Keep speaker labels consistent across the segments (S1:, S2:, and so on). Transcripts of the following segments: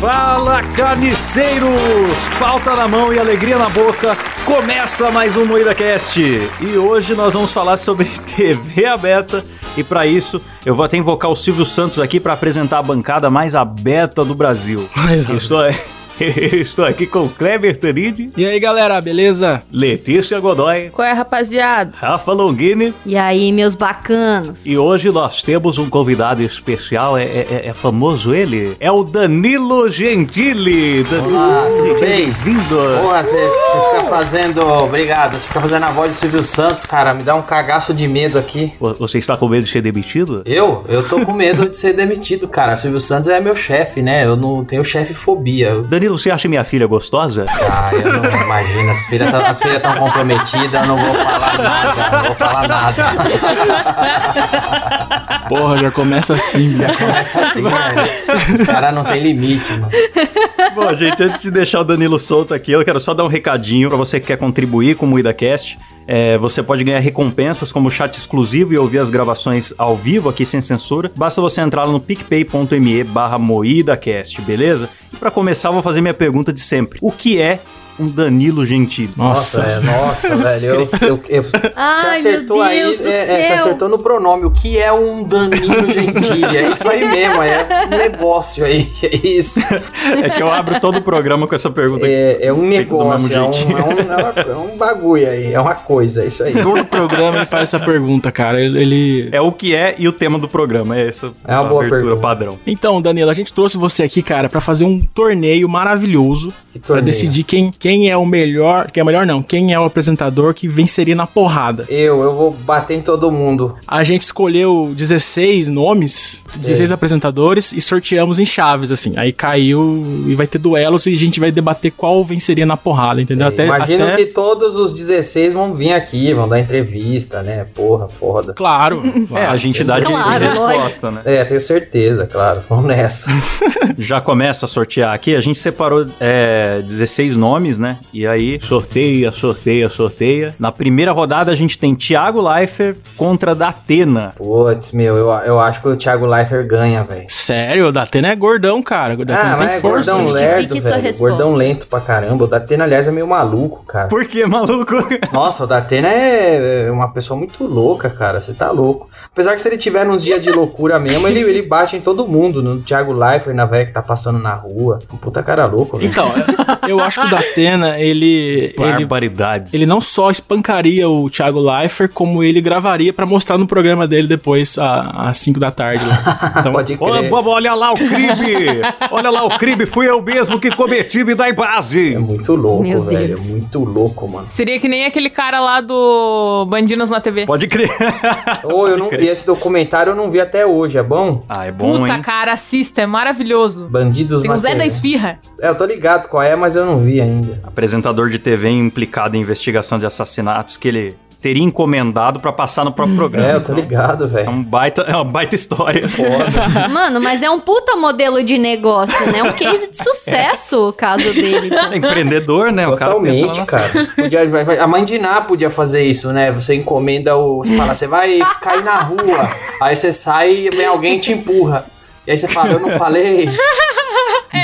S1: Fala, carniceiros! Pauta na mão e alegria na boca. Começa mais um Moída Cast. E hoje nós vamos falar sobre TV aberta. E para isso, eu vou até invocar o Silvio Santos aqui para apresentar a bancada mais aberta do Brasil.
S2: Mais
S1: Eu estou, eu estou aqui com o Kleber Tanid,
S2: E aí, galera, beleza?
S1: Letícia Godoy,
S3: Qual é, rapaziada?
S1: Rafa Longini
S3: E aí, meus bacanos?
S1: E hoje nós temos um convidado especial, é, é- é- é famoso ele? É o Danilo Gentili. Danilo,
S4: Olá, tudo
S1: Gentili,
S4: bem?
S1: Bem-vindo.
S4: Porra, você, você fica fazendo. Obrigado, você fica fazendo a voz do Silvio Santos, cara. Me dá um cagaço de medo aqui.
S1: Vo- Você está com medo de ser demitido?
S4: Eu? Eu tô com medo de ser demitido, cara. O Silvio Santos é meu chefe, né? Eu não tenho chefe fobia. Eu-
S1: Danilo, você acha minha filha gostosa?
S4: Ah, eu não imagino. As filhas tão, as filhas tão comprometidas, eu não vou falar nada, não vou falar nada.
S2: Porra, já começa assim, já.
S4: Começa assim, velho. Os caras não tem limite, mano.
S1: Bom, gente, antes de deixar o Danilo solto aqui, eu quero só dar um recadinho para você que quer contribuir com o MuidaCast. É, você pode ganhar recompensas como chat exclusivo e ouvir as gravações ao vivo aqui sem censura. Basta você entrar no picpay.me barra MoídaCast, beleza? E para começar, eu vou fazer minha pergunta de sempre. O que é um Danilo Gentili?
S2: Nossa.
S4: é, nossa, velho. Eu, eu, eu,
S3: Ai,
S4: você acertou
S3: meu Deus
S4: aí,
S3: do
S4: é, é, você
S3: céu!
S4: acertou no pronome, o que é um Danilo Gentili? É isso aí mesmo, é um negócio aí, é isso.
S1: é que eu abro todo o programa com essa pergunta aqui.
S4: É, é um
S1: Feito do
S4: negócio, é
S1: mesmo
S4: um,
S1: jeitinho.
S4: é, um, é, um, é um bagulho aí, é uma coisa, é isso aí.
S2: Todo programa ele faz essa pergunta, cara. Ele. ele-
S1: É o que é e o tema do programa. É essa
S4: É uma boa
S1: abertura
S4: pergunta.
S1: padrão.
S2: Então, Danilo, a gente trouxe você aqui, cara, pra fazer um torneio maravilhoso
S4: Que
S2: Pra
S4: torneio.
S2: decidir quem, quem é o melhor, quem é o melhor não, quem é o apresentador que venceria na porrada.
S4: Eu, eu vou bater em todo mundo.
S2: A gente escolheu 16 nomes, 16 apresentadores e sorteamos em chaves assim. Aí caiu e vai ter duelos e a gente vai debater qual venceria na porrada, entendeu? Até
S4: Imagino
S2: até
S4: que todos os 16 vão vir aqui, vão dar entrevista, né? Porra, foda.
S2: claro.
S1: É, a gente dá de
S3: Claro,
S1: de resposta, né?
S4: É, tenho certeza, claro. Vamos nessa.
S1: já começa a sortear aqui. A gente separou é, 16 nomes, né? E aí sorteia, sorteia, sorteia. Na primeira rodada a gente tem Thiago Leifert contra Datena.
S4: Putz, meu, eu, eu acho que o Thiago Leifert ganha, velho.
S2: Sério, o Datena é gordão, cara. O Datena
S4: Ah, mas
S2: tem
S4: é
S2: força. né?
S4: gordão
S3: gente.
S4: lerdo,
S3: Justifique sua
S4: velho.
S3: resposta.
S4: Gordão lento pra caramba. O Datena, aliás, é meio maluco, cara.
S1: Por que, maluco?
S4: Nossa, o Datena é é uma pessoa muito louca, cara. Você tá louco. Apesar que se ele tiver uns dias de loucura mesmo, ele, ele bate em todo mundo. No Thiago Leifert, na velha que tá passando na rua. Um puta cara louco, velho.
S2: Então,
S1: é,
S2: eu acho que o Datena, ele. ele
S1: Barbaridades.
S2: ele não só espancaria o Thiago Leifert, como ele gravaria pra mostrar no programa dele depois, a- às 5 da tarde. Lá. Então,
S4: Pode
S1: Olha,
S4: crer.
S1: bobo, olha lá o crime! Olha lá o crime, fui eu mesmo que cometi, me dá em base!
S4: É muito louco,
S3: Meu
S4: velho.
S3: Deus.
S4: É muito louco, mano.
S5: Seria que nem aquele cara lá do Bandinos na TV.
S1: Pode crer.
S4: Ô, eu não vi esse documentário, eu não vi até hoje. É bom?
S1: Ah, é bom,
S5: Puta,
S1: hein?
S5: cara, assista, é maravilhoso.
S4: Bandidos
S5: Tem
S4: na
S5: o Zé
S4: TV.
S5: da Esfirra.
S4: É, eu tô ligado qual é, mas eu não vi ainda.
S1: Apresentador de TV implicado em investigação de assassinatos que ele teria encomendado pra passar no próprio programa.
S4: É, eu tô
S2: então.
S4: ligado,
S1: É,
S4: velho.
S1: um baita, é uma baita história.
S3: Mano, mas é um puta modelo de negócio, né? Um case de sucesso o caso dele. tá?
S1: É empreendedor, né? o
S4: Totalmente,
S1: cara pensa
S4: cara. Podia- vai- vai- a mãe de Iná podia fazer isso, né? Você encomenda o. Você fala, você vai cair na rua. Aí você sai e vem alguém e te empurra. E aí você fala, eu não falei.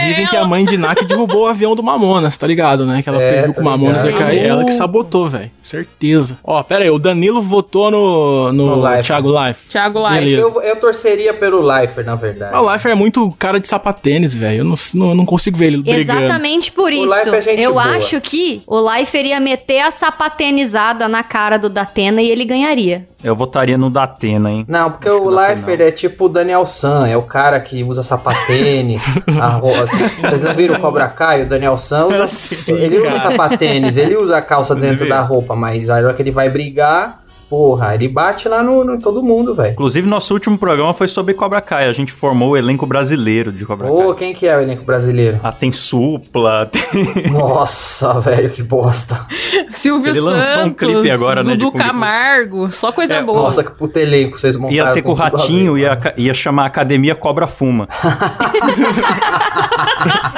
S2: dizem que a mãe de Nak derrubou o avião do Mamonas, tá ligado, né? Que ela
S4: É,
S2: previu
S4: tá
S2: que o Mamonas ia
S3: ligado.
S2: cair. Ela que sabotou, velho. Certeza. Ó, pera aí, o Danilo votou no, no,
S4: No Leifert.
S2: Thiago Leifert.
S5: Thiago Live.
S2: Beleza.
S4: Eu, eu torceria pelo Leifert, na verdade.
S2: Mas o Leifert é muito cara de sapatênis, velho. Eu não, não, não consigo ver ele brigando.
S3: Exatamente por isso.
S4: Life é gente
S3: Eu
S4: boa.
S3: acho que o Lifer ia meter a sapatenizada na cara do Datena e ele ganharia.
S1: Eu votaria no Datena, hein?
S4: Não, porque
S1: Acho que
S4: o
S1: não tem,
S4: Leifert
S1: não.
S4: é tipo o Daniel San, é o cara que usa sapatênis, a rosa. Vocês não viram o Cobra Kai? O Daniel San
S1: Ah,
S4: usa.
S2: Sim,
S4: ele usa
S2: cara.
S4: sapatênis, ele usa a calça dentro
S1: Devia.
S4: da roupa, mas a hora que ele vai brigar, porra, ele bate lá no, no todo mundo, velho.
S1: Inclusive, nosso último programa foi sobre Cobra Kai. A gente formou o elenco brasileiro de Cobra
S4: Ô,
S1: Kai.
S4: quem que é o elenco brasileiro?
S1: Ah, tem supla. Tem...
S4: Nossa, velho, que bosta.
S5: Silvio
S1: Ele
S5: Santos.
S1: lançou um clipe agora, né, de
S5: Dudu
S1: Kung Fu.
S5: Camargo. Só coisa
S1: É,
S5: boa.
S4: Nossa, que puto elenco vocês montaram.
S1: Ia ter com o
S4: tudo a ver,
S1: ratinho, ia,
S4: mano. Ah,
S1: ca- ia chamar a academia Cobra Fuma.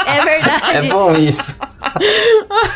S3: É verdade.
S4: É bom isso.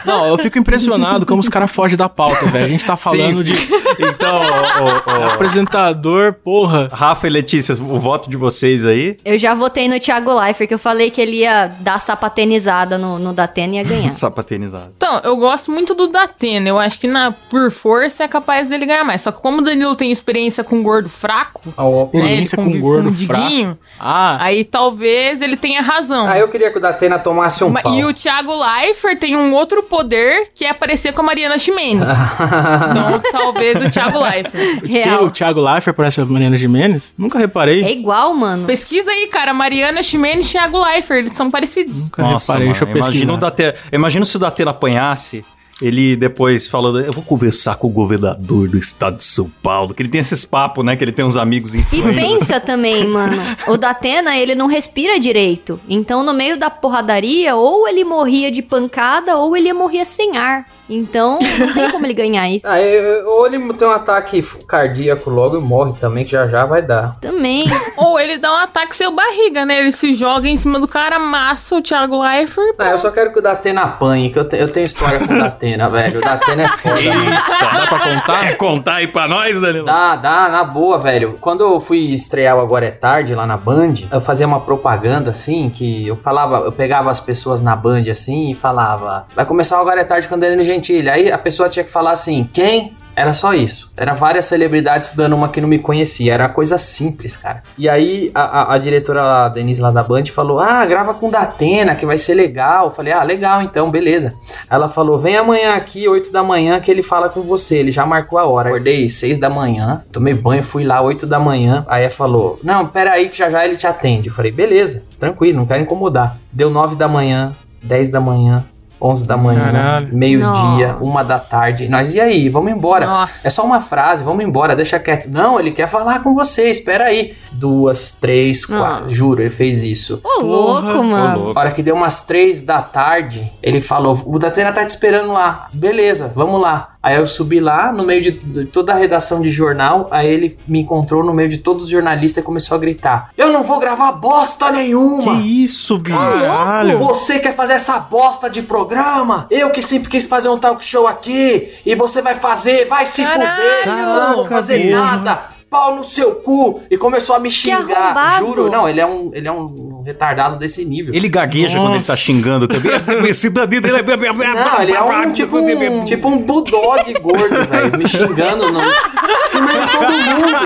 S2: Não, eu fico impressionado como os caras fogem da pauta, velho. A gente tá falando
S1: Sim,
S2: de
S1: sim. Então, ô, ô, ô,
S2: apresentador, porra.
S1: Rafa e Letícia, o voto de vocês aí.
S3: Eu já votei no Thiago Leifert, que eu falei que ele ia dar sapatenizada no, no Datena e ia ganhar.
S1: Sapatinizado.
S5: Então, eu gosto muito do Datena. Eu acho que na, por força é capaz dele ganhar mais. Só que como o Danilo tem experiência com gordo fraco,
S4: Ó,
S5: né, ele
S2: Experiência com
S5: convive
S2: gordo
S5: um diguinho,
S2: Ah,
S5: aí talvez ele tenha razão.
S4: Ah, eu queria que o Datena tomasse um
S5: Ma-
S4: pau.
S5: E o Thiago Leifert tem um outro poder que é aparecer com a Mariana Ximenes. então, talvez o Thiago Leifert.
S2: que o
S3: Real.
S2: Thiago Leifert parece a Mariana Jimenez? Nunca reparei.
S3: É igual, mano.
S5: Pesquisa aí, cara. Mariana Ximenes e Thiago Leifert. Eles são parecidos.
S2: Nunca reparei, deixa eu pesquisar.
S1: imagina, o Datena, imagina se o Datena apanhasse, ele depois falando, eu vou conversar com o governador do estado de São Paulo, que ele tem esses papos, né, que ele tem uns amigos
S3: E
S1: influentes.
S3: pensa também, mano. O Datena, ele não respira direito. Então, no meio da porradaria, ou ele morria de pancada, ou ele morria sem ar. Então, não tem como ele ganhar isso.
S4: Ah, eu- eu- ou ele tem um ataque cardíaco logo e morre também, que já já vai dar.
S3: Também.
S5: Ou ele dá um ataque seu barriga, né? Ele se joga em cima do cara, amassa o Thiago Leifert.
S4: Ah, eu só quero que o Datena apanhe, que eu, te- eu tenho história com o Datena, velho. O Datena é foda. mano.
S1: assim, né? dá pra contar? Tá Quer contar aí pra nós, Danilo?
S4: Dá, dá, na boa, velho. Quando eu fui estrear o Agora é Tarde lá na Band, eu fazia uma propaganda assim, que eu falava, eu pegava as pessoas na Band assim e falava, vai começar o Agora é Tarde com o Danilo Gentili. Aí a pessoa tinha que falar assim, quem? Era só isso. Era várias celebridades dando uma que não me conhecia. Era uma coisa simples, cara. E aí a, a- a diretora lá, a Denise lá da Band, falou: Ah, grava com o Datena, que vai ser legal. Eu falei, ah, legal, então, beleza. Ela falou: vem amanhã aqui, 8 da manhã, que ele fala com você. Ele já marcou a hora. Acordei 6 da manhã, tomei banho, fui lá 8 da manhã. Aí ela falou: não, pera aí que já já ele te atende. Eu falei: beleza, tranquilo, não quero incomodar. Deu 9 da manhã, 10 da manhã, 11 da manhã,
S2: Caralho.
S4: meio-dia,
S3: Nossa.
S4: 1 da tarde. Nós, e aí? Vamos embora.
S5: Nossa.
S4: É só uma frase, vamos embora, deixa quieto. Não, ele quer falar com você, espera aí. Duas, três, quatro. Juro, ele fez isso.
S3: Ô, louco, mano.
S1: louco.
S4: A hora que deu umas três da tarde, ele falou: O Datena tá te esperando lá. Beleza, vamos lá. Aí eu subi lá, no meio de, de toda a redação de jornal, aí ele me encontrou no meio de todos os jornalistas e começou a gritar: Eu não vou gravar bosta nenhuma!
S1: Que isso, bicho?
S2: Caralho.
S4: Você quer fazer essa bosta de programa? Eu que sempre quis fazer um talk show aqui e você vai fazer, vai se
S5: Caralho!
S4: fuder, eu não vou
S2: Caraca,
S4: fazer
S2: porra.
S4: nada. Pau no seu cu e começou a me xingar.
S3: arrombado.
S4: Juro, não, ele é um, ele é um retardado desse nível.
S1: Ele gagueja quando ele tá
S2: Nossa.
S1: xingando também. Esse Danilo, ele é...
S4: Não, ele é um tipo um, tipo um bulldog gordo, velho, me xingando no, no meio de todo mundo.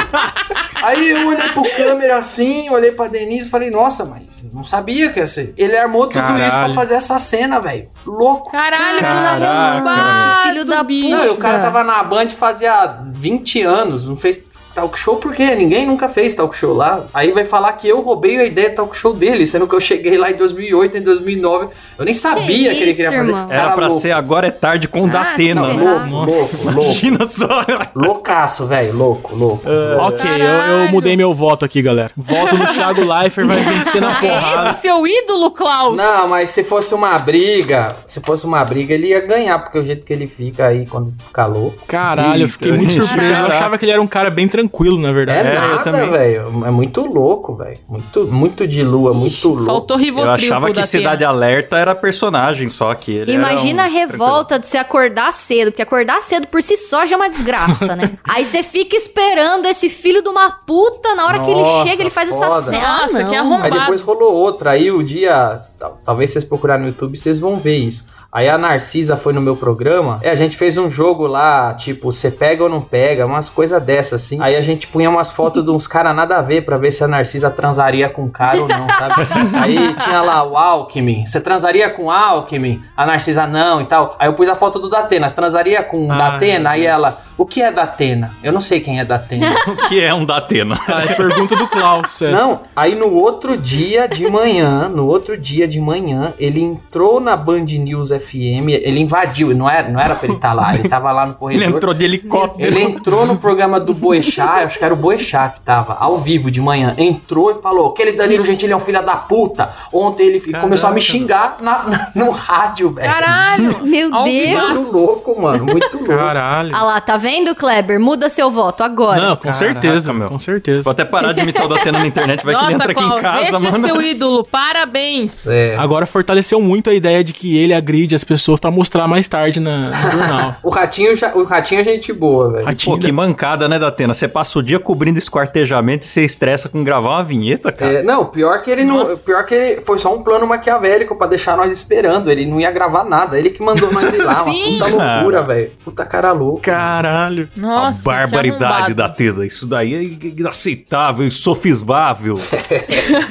S4: Aí eu olhei pro câmera assim, olhei pra Denise e falei, nossa, mas eu não sabia que ia ser. Ele armou tudo isso pra
S2: Caralho.
S4: fazer essa cena, velho. Louco.
S5: Caralho, que
S1: Caraca,
S5: arrombado,
S3: filho da
S5: bicho.
S3: puta.
S4: Não, e o cara tava na Band fazia 20 anos, não fez talk show porque ninguém nunca fez talk show lá. Aí vai falar que eu roubei a ideia do talk show dele, sendo que eu cheguei lá em 2008, em 2009. Eu nem sabia que, ele
S3: isso,
S4: queria fazer.
S3: irmão?
S4: um Cara
S1: Era pra
S4: louco.
S1: ser Agora é Tarde com o
S3: Ah,
S1: Datena,
S3: se
S1: né?
S3: ferrar.
S4: Louco,
S2: Nossa.
S4: louco, louco.
S1: Imagina só.
S4: Loucaço, velho. Louco, louco.
S2: Ok, eu, eu
S5: Caralho.
S2: mudei meu voto aqui, galera. Voto no Thiago Leifert, vai vencer na porrada.
S5: É esse seu ídolo, Klaus?
S4: Não, mas se fosse uma briga, se fosse uma briga, ele ia ganhar, porque o jeito que ele fica aí quando fica louco.
S2: Caralho, eu fiquei
S1: Eita,
S2: muito
S1: gente,
S2: surpreso. Eu
S1: caraca.
S2: achava que ele era um cara bem tranquilo, na
S4: É,
S2: verdade. eu
S4: nada,
S2: também.
S4: velho. É muito louco, velho. Muito, muito de lua, muito louco.
S5: Faltou Rivotril
S1: Eu achava
S5: pro
S1: que
S5: Datena.
S1: Cidade Alerta era personagem só que ele era
S3: Imagina
S1: um-
S3: a revolta de você acordar cedo, porque acordar cedo por si só já é uma desgraça, né? Aí você fica esperando esse filho de uma puta, na hora que ele
S4: Nossa,
S3: chega, ele faz essa
S4: foda.
S3: cena. Ah,
S5: Nossa,
S3: não.
S5: que
S4: Aí
S5: arrombado.
S4: depois rolou outra. Aí o dia. tal- Talvez vocês procurarem no YouTube, vocês vão ver isso. Aí a Narcisa foi no meu programa. É, a gente fez um jogo lá, tipo, você pega ou não pega, umas coisas dessas, assim. Aí a gente punha umas fotos de uns caras nada a ver pra ver se a Narcisa transaria com o cara ou não, sabe? Aí tinha lá o Alckmin. Você transaria com o Alckmin? A Narcisa não e tal. Aí eu pus a foto do Datena. Você transaria com o
S2: Ai,
S4: Datena? Aí
S2: Deus.
S4: ela, o que é Datena? Eu não sei quem é Datena.
S1: O que é um Datena?
S2: Ah, é pergunta do Klaus. é. essa.
S4: Não, aí no outro dia de manhã, no outro dia de manhã, ele entrou na Band News FM, ele invadiu, não era, não era pra ele estar lá, ele tava lá no
S1: Ele
S4: corredor.
S1: entrou de helicóptero.
S4: Ele entrou no programa do Boechat, acho que era o Boechat que tava, ao vivo de manhã. Entrou e falou: aquele Danilo Gentili é um filho da puta. Ontem ele fi- começou a me xingar na- na- no rádio, velho.
S5: Caralho.
S3: Meu
S5: Ao
S3: Deus.
S5: vivaço.
S4: Muito louco, mano, muito louco.
S2: Caralho.
S3: Ah lá, tá vendo, Kleber? Muda seu voto agora.
S2: Não, com
S1: Caraca,
S2: certeza,
S1: meu.
S2: com certeza.
S1: Vou até parar de imitar o Datena na internet, vai que ele
S5: Nossa,
S1: entra aqui
S5: Klaus,
S1: em casa,
S5: esse
S1: mano.
S5: é seu ídolo. Parabéns.
S4: É.
S2: Agora fortaleceu muito a ideia de que ele agride agride as pessoas pra mostrar mais tarde na, no jornal.
S4: O ratinho, já- o ratinho é gente boa, velho.
S2: Ratinho
S1: Pô, que mancada, né, Datena? Você passa o dia cobrindo esquartejamento e você estressa com gravar uma vinheta, cara.
S4: É, não, pior que ele não.
S5: Nossa.
S4: Pior que ele foi só um plano maquiavélico pra deixar nós esperando. Ele não ia gravar nada. Ele que mandou nós ir lá. uma
S5: Sim.
S4: puta loucura, velho. Puta cara louca.
S2: Caralho.
S5: Nossa, que
S1: a barbaridade
S5: arrombado.
S1: da Teda. Isso daí é inaceitável, insofismável.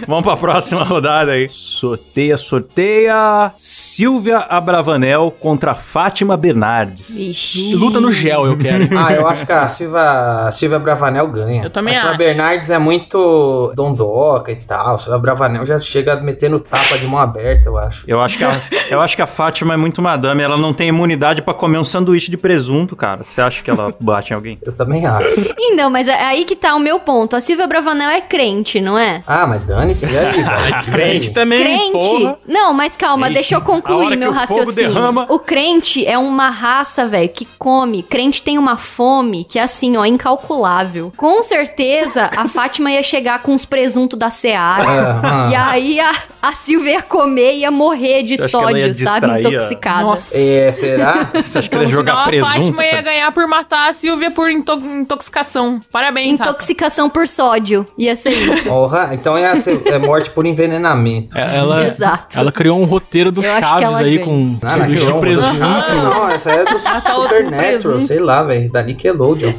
S1: Vamos pra próxima rodada aí. Sorteia, sorteia. Silvia Abravanel contra Fátima Bernardes.
S3: Vixe.
S2: Luta no gel, eu quero.
S4: Ah, eu acho que a Silva, a Silvia Bravanel ganha.
S5: Eu também
S4: a Silvia
S5: acho.
S4: Bernardes é muito dondoca e tal. A Silvia Bravanel já chega metendo tapa de mão aberta, eu acho.
S1: Eu acho, que a, eu acho que a Fátima é muito madame. Ela não tem imunidade pra comer um sanduíche de presunto, cara. Você acha que ela bate em alguém?
S4: Eu também acho.
S3: Então, mas é aí que tá o meu ponto. A Silvia Bravanel é crente, não é?
S4: Ah, mas dane-se, é aí, velho.
S2: Crente também,
S3: crente?
S2: porra.
S3: Não, mas calma,
S1: Ixi,
S3: deixa eu
S1: a hora
S3: concluir
S1: que
S3: meu
S1: o fogo
S3: raciocínio.
S1: derrama-
S3: O crente é uma raça, velho, que come. Crente tem uma fome que é assim, ó, incalculável. Com certeza a Fátima ia chegar com os presuntos da Seara.
S4: Aham.
S3: E aí a, a Silvia ia comer e ia morrer de
S1: Eu acho que ela ia
S3: sódio, sabe?
S1: distrair a-
S3: Intoxicada.
S5: Nossa.
S4: É, será?
S1: Você acha que
S5: Então,
S1: ela ia
S5: no
S1: jogar
S5: final,
S1: presunto?
S5: A Fátima ia
S1: cara?
S5: ganhar por matar a Silvia por into- intoxicação. Parabéns, Rafa.
S3: Intoxicação por sódio. Ia ser isso.
S4: Porra, então é, a Sil- é morte por envenenamento.
S2: É, Ela,
S3: Exato.
S2: ela criou um roteiro do
S3: Eu acho que
S2: Chaves
S3: ela
S2: aí
S3: ganha.
S2: com
S4: Ah,
S2: sanduíche de
S4: não,
S2: presunto.
S4: Não, não, essa é do
S5: Ah, tá outro
S4: Supernatural,
S5: presunto.
S4: sei lá, velho. é Da Nickelodeon.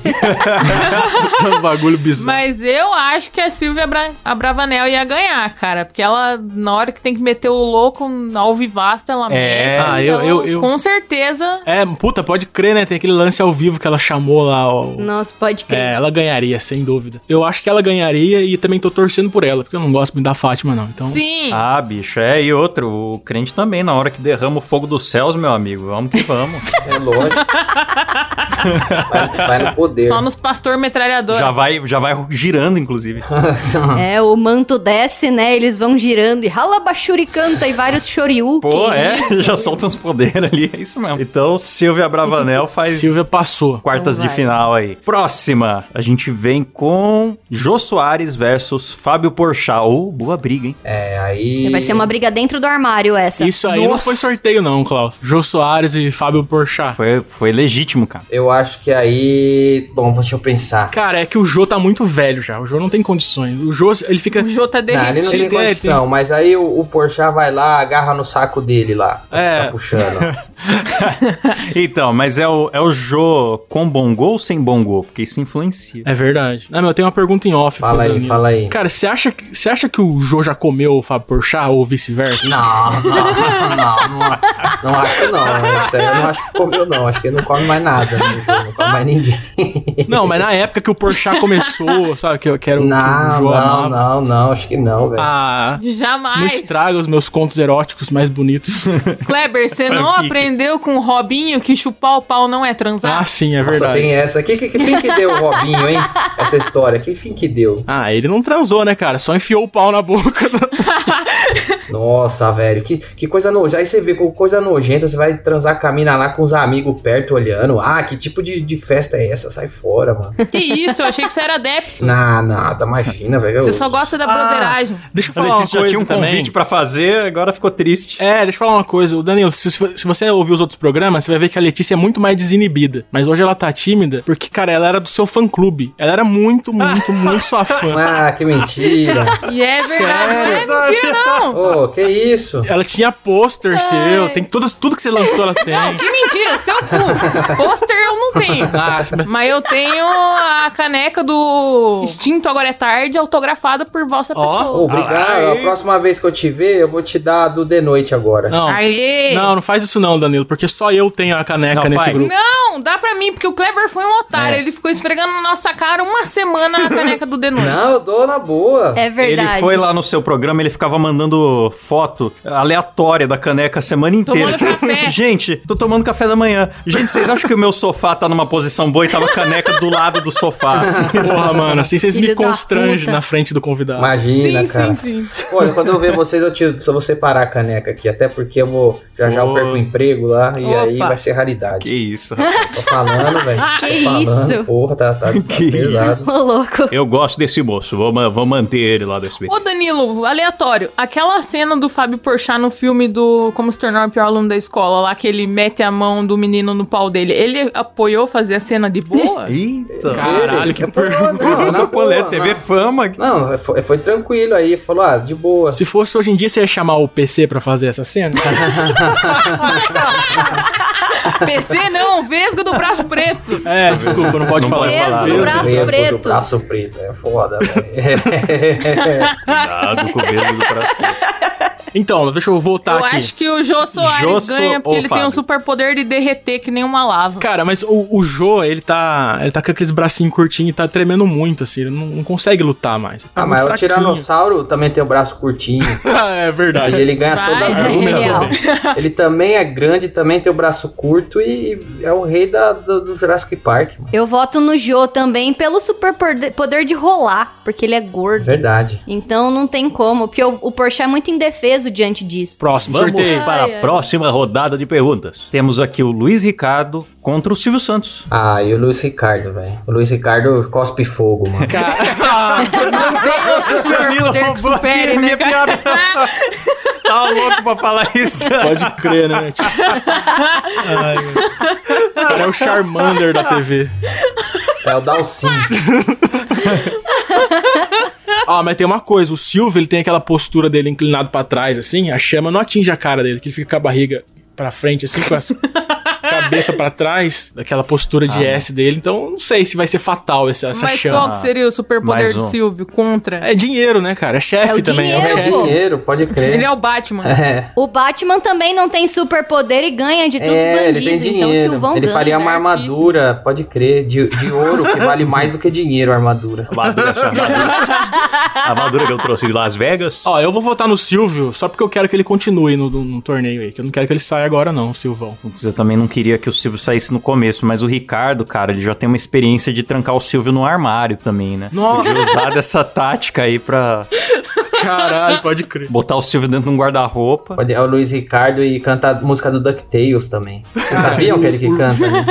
S3: Ah.
S2: um bagulho bizarro.
S5: Mas eu acho que a Silvia Bra a Bravanel ia ganhar, cara. Porque ela, na hora que tem que meter o louco na alvivasta, ela
S1: É,
S5: mete.
S2: ah, eu-
S5: Então,
S2: eu- eu-
S5: Com certeza.
S2: É, puta, pode crer, né? Tem aquele lance ao vivo que ela chamou lá, ó.
S3: Nossa, pode crer.
S2: É, ela ganharia, sem dúvida. Eu acho que ela ganharia e também tô torcendo por ela, porque eu não gosto muito da Fátima, não. Então,
S5: Sim.
S1: Ah, bicho, é, e outro, o crente também, na hora que derrama o fogo dos céus, meu amigo, vamos que vamos.
S4: É lógico. Vai, vai no poder.
S5: Só nos pastor metralhador.
S1: já, vai, já vai girando, inclusive.
S3: É, o manto desce, né? Eles vão girando e ralabachuri canta e vários shoryuken.
S1: Pô, é, já solta uns poderes ali, é isso mesmo. Então, Silvia Bravanel faz
S2: Silvia passou.
S1: quartas
S3: Então
S1: de
S3: vai.
S1: final aí. Próxima, a gente vem com Jô Soares versus Fábio Porchat. Ô, boa briga, hein?
S4: É, aí.
S3: Vai ser uma briga dentro do armário essa.
S2: Isso aí não
S5: Nossa.
S2: foi sorteio, não, Klaus. Jô Soares e Fábio Porchat.
S1: Foi, foi legítimo, cara.
S4: Eu acho que aí. Bom, deixa eu pensar.
S2: Cara, é que o Jô tá muito velho já. O Jô não tem condições. O Jô, ele fica.
S5: O Jô tá
S4: Não, ele
S5: derretido.
S4: não tem
S2: Ele tem-
S4: condição, mas aí o, o Porchat vai lá, agarra no saco dele lá.
S1: É.
S4: Tá puxando.
S1: Então, mas é o, é o Jô com bongô ou sem bongô? Porque isso influencia.
S2: É verdade. Não, meu, eu tenho uma pergunta em off.
S4: Fala
S2: pro
S4: aí,
S2: Danilo.
S4: fala aí.
S2: Cara, você acha, que- você acha que o Jô já comeu o Fábio Porchat ou vice-versa?
S4: Não, não, não, não, não acho não. Isso aí eu não acho que comeu, não. Acho que ele não come mais nada. né? Não come mais ninguém.
S2: Não, mas na época que o Porchat começou, sabe, que eu quero que o
S4: Não,
S2: Jô
S4: não,
S2: amava.
S4: não, não, acho que não, velho.
S2: Ah, não
S5: Jamais.
S2: estraga os meus contos eróticos mais bonitos.
S5: Kleber, você não
S1: Fanfic.
S5: aprendeu com o Robinho que chupar o pau não é transar?
S2: ah, sim, é
S4: Nossa,
S2: verdade.
S4: tem essa. Que, que, que fim que deu o Robinho, hein? Essa história, que fim que deu?
S2: Ah, ele não transou, né, cara? Só enfiou o pau na boca.
S4: Nossa, velho, que, que coisa nojenta. Aí você vê com coisa nojenta, você vai transar com a mina lá com os amigos perto olhando. Ah, que tipo de, de festa é essa? Sai fora, mano.
S2: Ah.
S5: que isso, eu achei que você era adepto.
S4: Não, nada, imagina, velho.
S5: Você só gosta
S2: Ah.
S5: da broderagem.
S2: Deixa eu
S1: A
S2: falar uma
S1: Letícia já
S2: coisa
S1: tinha um
S2: também.
S1: convite pra fazer, agora ficou triste.
S2: É, deixa eu falar uma coisa. O Danilo, se, se- se você ouvir os outros programas, você vai ver que a Letícia é muito mais desinibida. Mas hoje ela tá tímida porque, cara, ela era do seu fã-clube. Ela era muito, muito, muito sua fã.
S4: Ah, que mentira.
S5: E é verdade, não é
S2: Sério?
S5: mentira, não.
S4: Ô, que isso?
S2: Ela tinha pôster seu, tem todas, tudo que você lançou ela tem.
S5: Que mentira, seu cu. Pôster eu não tenho.
S2: Ah,
S5: Mas eu tenho a caneca do Extinto Agora é Tarde, autografada por vossa
S2: Ó.
S5: pessoa.
S4: Obrigado.
S1: Caralho.
S4: A próxima vez que eu te ver, eu vou te dar a do de noite agora.
S2: não,
S5: Aê!
S2: não, não faz isso não, Danilo, porque só eu tenho a caneca
S1: Não,
S2: nesse
S1: faz.
S2: grupo.
S5: Não, dá pra mim, porque o Kleber foi um otário.
S2: É.
S5: Ele ficou esfregando na nossa cara uma semana a caneca do The Noite.
S4: Não, eu dou na boa.
S3: É verdade.
S1: Ele foi lá no seu programa, ele ficava mandando foto aleatória da caneca a semana inteira.
S5: Tomando café.
S1: Gente, tô tomando café da manhã. Gente, vocês acham que o meu sofá tá numa posição boa e tava a caneca do lado do sofá? assim?
S2: Porra, mano, assim vocês me
S3: Filho da
S2: constrangem
S3: puta.
S2: na frente do convidado.
S4: Imagina,
S5: Sim,
S4: cara.
S5: sim, sim.
S4: Olha, quando eu ver vocês, eu, te, só vou separar a caneca aqui. Até porque eu vou. Já já eu perco o emprego lá e
S5: Opa.
S4: aí vai ser raridade.
S1: Que isso, rapaz.
S4: Tô falando, velho.
S3: Que
S4: Tô falando.
S3: isso?
S4: Porra, tá, tá, tá
S1: Que
S4: pesado.
S3: Ô, louco.
S1: Eu gosto desse moço, vou, ma- vou manter ele lá do SBT.
S5: Ô Danilo, aleatório, aquela cena do Fábio Porchat no filme do Como se tornar o pior aluno da escola, lá que ele mete a mão do menino no pau dele, ele apoiou fazer a cena de boa?
S1: Eita.
S2: Caralho, que
S4: Ele- Não,
S2: pergunta.
S4: não, na
S1: Pergunta
S4: boa,
S1: poleta,
S2: é
S1: TV
S4: não.
S1: Fama.
S4: Não, é foi, foi tranquilo aí. Falou, ah, de boa.
S2: Se fosse hoje em dia, você ia chamar o PC pra fazer essa cena?
S5: PC não, vesgo do braço preto.
S2: é, desculpa, não pode
S1: Não
S2: falar.
S1: pode
S3: Mesmo
S1: falar.
S3: do
S1: Mesmo
S3: braço
S4: Mesmo do
S3: preto.
S4: braço preto, é foda, velho.
S1: Cuidado com o dedo do coração.
S2: Então, deixa eu voltar
S5: Eu
S2: aqui.
S5: acho que o Jô Soares
S1: Jô So-
S5: ganha porque
S1: ou
S5: ele tem
S1: Fábio.
S5: um superpoder de derreter que nem uma lava.
S2: Cara, mas o, o Jô, ele tá. Ele tá com aqueles bracinhos curtinhos e tá tremendo muito, assim. Ele não, não consegue lutar mais. Ele Tá
S4: ah,
S2: muito
S4: mas o
S2: fraquinho.
S4: Tiranossauro também tem o braço curtinho.
S2: é
S4: Mas
S2: verdade.
S4: Ele ganha
S5: Vai,
S4: todas
S3: é
S4: as lutas
S3: real.
S4: também. Ele também é grande, também tem o braço curto e e é o rei da, do, do Jurassic Park, mano.
S3: Eu voto no Jô também pelo super porde- poder de rolar, porque ele é gordo.
S4: Verdade.
S3: Então não tem como, porque o, o Porsche é muito indefeso diante disso.
S2: Próximo,
S1: Vamos
S2: sorteio.
S1: para
S5: Ai,
S1: a
S5: ai.
S1: próxima rodada de perguntas. Temos aqui o Luiz Ricardo contra o Silvio Santos.
S4: Ah, e o Luiz Ricardo, velho. O Luiz Ricardo cospe fogo, mano.
S5: Não tem outro É um superpoder que supere, né, cara?
S1: tá louco pra falar isso.
S2: Pode crer, né? Tipo... Ai, meu. O cara é o Charmander da TV.
S4: É o Dalcin.
S2: Ah, mas tem uma coisa, o Silvio, ele tem aquela postura dele inclinado pra trás, assim, a chama não atinge a cara dele, que ele fica com a barriga pra frente, assim, com a cabeça pra trás, daquela postura de
S4: Ah.
S2: S dele, então não sei se vai ser fatal essa, essa
S5: Mas
S2: chama.
S5: qual que seria o superpoder
S1: Mais
S5: do
S1: um.
S5: Silvio contra?
S2: É dinheiro, né, cara? É chefe
S3: É o
S2: também, é o
S3: dinheiro,
S2: chefe.
S3: pô.
S4: Dinheiro, pode crer.
S5: Ele é o Batman.
S4: É.
S3: O Batman também não tem superpoder e ganha de todos
S4: É,
S3: os
S4: ele tem
S3: bandidos. Então o
S4: dinheiro.
S3: Silvão
S4: ele
S3: ganha.
S4: faria uma
S5: ele é
S4: armadura, pode crer, de, de ouro, que vale mais do que dinheiro a armadura.
S1: Armadura, essa armadura. A armadura que eu trouxe de Las Vegas.
S2: Ó, eu vou votar no Silvio só porque eu quero que ele continue no, no- no torneio aí, que eu não quero que ele saia agora não, Silvão.
S1: Eu também não queria que o Silvio saísse no começo, mas o Ricardo, cara, ele já tem uma experiência de trancar o Silvio no armário também, né?
S2: Nossa.
S1: Podia usar dessa tática aí pra
S2: Caralho, pode crer.
S1: botar o Silvio dentro de um guarda-roupa.
S4: Pode, é o Luiz Ricardo e canta a música do DuckTales também. Vocês sabiam que é ele que canta? né?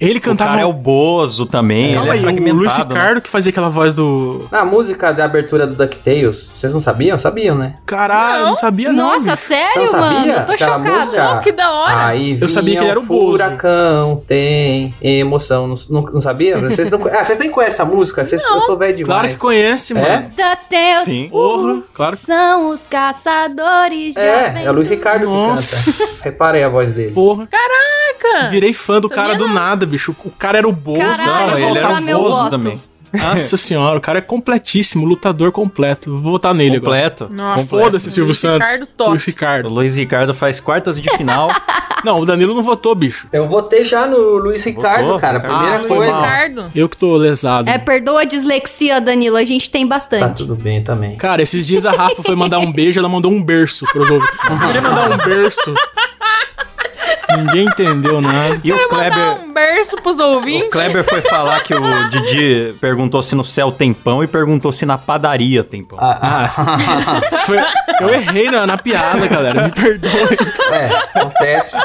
S2: Ele
S1: O
S2: cantava...
S1: cara é o Bozo também,
S2: Calma
S1: ele é
S2: aí, o
S1: fragmentado.
S2: Luiz
S1: né?
S2: Ricardo que fazia aquela voz do...
S4: Na música da abertura do DuckTales, vocês não sabiam? Sabiam, né?
S2: Caralho, não,
S5: Não.
S2: sabia não.
S3: Nossa,
S2: bicho.
S3: sério,
S4: Você não
S3: mano?
S4: sabia
S3: Eu tô
S4: aquela
S3: chocada.
S4: Tá música?
S5: Oh, que da hora.
S4: Aí
S2: Eu sabia
S4: vinha
S2: que
S4: um
S2: ele era o Bozo.
S4: furacão, tem emoção, não, não, não sabia? Vocês não, ah, vocês nem conhecem essa música? Vocês, eu sou velho demais.
S2: Claro que conhece,
S4: É?
S2: mano.
S3: Tateus
S1: Sim.
S2: Porra, claro que.
S3: são os caçadores de
S4: É, é o
S3: aventura.
S4: Luiz Ricardo
S2: Nossa.
S4: que canta. Reparem a voz dele.
S2: Porra.
S3: Tá.
S1: Ah.
S5: Caraca!
S2: Virei fã do
S5: Sabia
S2: cara do nada, bicho. O cara era o Bozo.
S3: Caralho,
S2: cara,
S3: eu vou
S1: ele era
S3: dar
S1: um
S3: meu
S1: Bozo
S3: voto.
S1: também.
S2: Nossa senhora, o cara é completíssimo, lutador completo. Vou votar nele agora.
S1: é Completo.
S5: Nossa.
S1: completo.
S2: Foda-se, Silvio
S5: Luiz
S2: Santos.
S5: Ricardo, top.
S2: Luiz
S1: O
S2: Ricardo.
S1: Luiz Ricardo faz quartas de final.
S2: Não, o Danilo não votou, bicho.
S4: Eu votei já no Luiz Ricardo,
S1: Votou?
S4: cara. Primeira
S2: Ah, foi
S4: coisa.
S2: mal.
S5: Ricardo.
S2: Eu que tô lesado.
S3: É, perdoa a dislexia, Danilo. A gente tem
S4: Tá
S3: bastante.
S4: tudo bem também.
S2: Cara, esses dias a Rafa foi mandar um beijo, ela mandou um berço pros outros. Eu queria mandar um berço. Ninguém entendeu nada.
S1: E o
S5: Dá
S1: Kleber.
S5: um berço pros
S1: O
S5: ouvintes.
S1: Kleber foi falar que o Didi perguntou se no céu tem pão e perguntou se na padaria tem pão.
S4: Ah, ah,
S2: Foi- Eu errei na, na piada, galera. Me perdoe.
S4: é, acontece.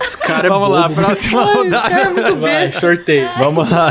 S2: Esse cara é
S1: Vamos lá,
S2: bobo.
S1: próxima rodada.
S5: é
S2: Vai, sorteio.
S1: né? Vamos lá.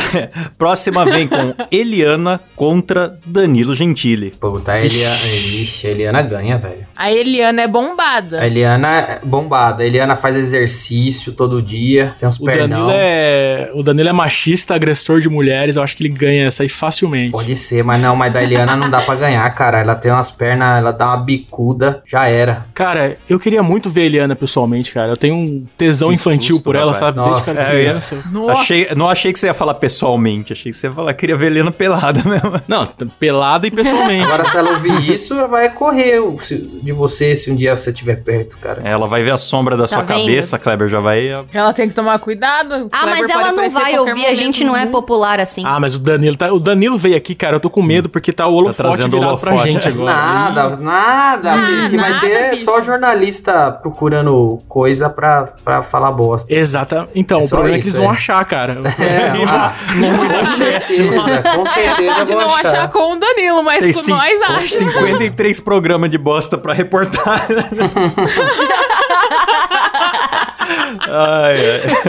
S1: Próxima vem com Eliana contra Danilo Gentili.
S4: Pô, tá a Eliana. Ixi, a Eliana ganha, velho.
S5: A Eliana é
S4: A
S5: bombada.
S4: Eliana é bombada. A Eliana faz exercício todo dia. Tem uns
S2: O Danilo,
S4: pernão.
S2: é, o Danilo é machista, agressor de mulheres. Eu acho que ele ganha essa aí facilmente.
S4: Pode ser, mas não, mas da Eliana não dá pra ganhar, cara. Ela tem umas pernas, ela dá uma bicuda, já era.
S2: Cara, eu queria muito ver a Eliana pessoalmente, cara. Eu tenho um tesão
S1: Que
S2: infantil
S1: susto,
S2: por ela,
S1: rapaz.
S2: sabe? Desde
S4: Nossa,
S2: que
S1: é,
S2: era criança.
S5: Nossa.
S1: Achei- não achei que você ia falar pessoalmente, achei que você ia falar queria ver Eliana pelada mesmo.
S2: Não, t- pelada e pessoalmente.
S4: Agora, se ela ouvir isso, ela vai correr o- se- de você se um dia você estiver perto, cara.
S1: Ela vai ver a sombra da
S3: Tá
S1: sua
S3: vendo?
S1: cabeça, Kleber, já vai. ó.
S5: Ela tem que tomar cuidado. o
S3: Ah,
S5: Kleber
S3: mas
S5: pode
S3: ela não
S5: aparecer
S3: vai
S5: qualquer
S3: ouvir. A
S5: momento
S3: gente
S5: no
S3: não é
S5: mundo.
S3: popular assim.
S2: Ah, mas o Danilo tá. O Danilo veio aqui, cara. Eu tô com medo porque tá o holofote
S1: trazendo
S2: virado pra
S1: holofote,
S2: gente
S1: é.
S2: agora.
S4: Nada, nada.
S5: Ah,
S4: O que vai
S5: nada,
S4: ter é
S5: bicho.
S4: só jornalista procurando coisa pra, pra falar bosta.
S2: Exata. Então,
S4: É
S2: o
S4: só
S2: problema é que
S4: isso,
S2: eles vão
S4: é.
S2: achar, cara.
S4: É, ah, com certeza, com certeza
S5: Pode
S4: vou
S5: não achar.
S4: achar.
S5: com o Danilo, mas
S1: Tem
S5: com
S1: cin-
S5: nós acha.
S1: 53 programas de bosta pra reportar. Ai, ai.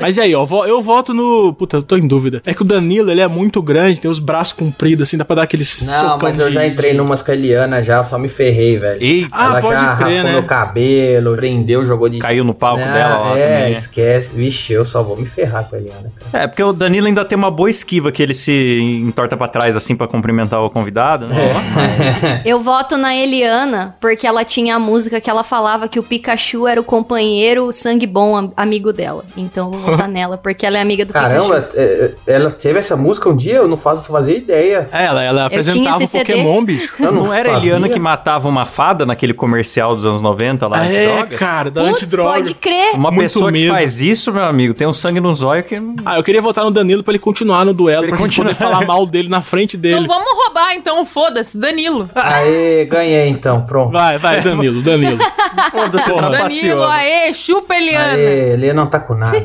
S2: Mas e aí, ó, vo- eu voto no. Puta, eu tô em dúvida. É que o Danilo, ele é muito grande, tem os braços compridos, assim, dá pra dar aquele
S4: Não, mas eu já entrei numas calianas já, só me ferrei, velho.
S1: Eita.
S2: Ah,
S4: Ela
S2: pode
S4: já
S2: crer,
S4: raspou
S2: né?
S4: meu cabelo, prendeu, jogou de...
S1: Caiu no palco dela lá
S4: É,
S1: também, né?
S4: esquece. Vixe, eu só vou me ferrar com a Eliana, cara.
S1: É, porque o Danilo ainda tem uma boa esquiva que ele se entorta pra trás, assim, pra cumprimentar o convidado, né?
S4: é.
S3: Eu voto na Eliana, porque ela tinha a música que ela falava que o Pikachu era o companheiro sangue bom am- amigo dela. Então eu vou votar nela, porque ela é amiga do Pikachu.
S4: Caramba, é, é, ela teve essa música um dia? Eu não faço fazer ideia.
S2: É, Ela, ela
S3: tinha
S2: apresentava o
S3: esse CD.
S2: Pokémon, bicho.
S4: Eu
S1: Não, era a
S4: sabia.
S1: Eliana que matava uma fada naquele comercial dos anos 90 lá?
S2: é,
S1: Droga.
S2: cara, da
S3: Putz,
S2: antidroga.
S3: pode crer.
S1: Uma
S2: Muito
S1: pessoa que
S2: medo.
S1: faz isso, meu amigo, tem um sangue no zóio que... não-
S2: Ah, eu queria votar no Danilo pra ele continuar no duelo,
S1: Ele
S2: pra gente
S1: continua.
S2: poder falar mal dele na frente
S5: Então
S2: dele.
S5: vamos roubar, então, foda-se, Danilo.
S4: Aê, ganhei então, pronto.
S2: Vai, vai, Danilo, Danilo.
S1: Foda-se,
S2: Porra. né?
S5: Danilo,
S1: trapaceou.
S5: aê, chupa Eliana.
S4: Aê, Eliana não tá com nada.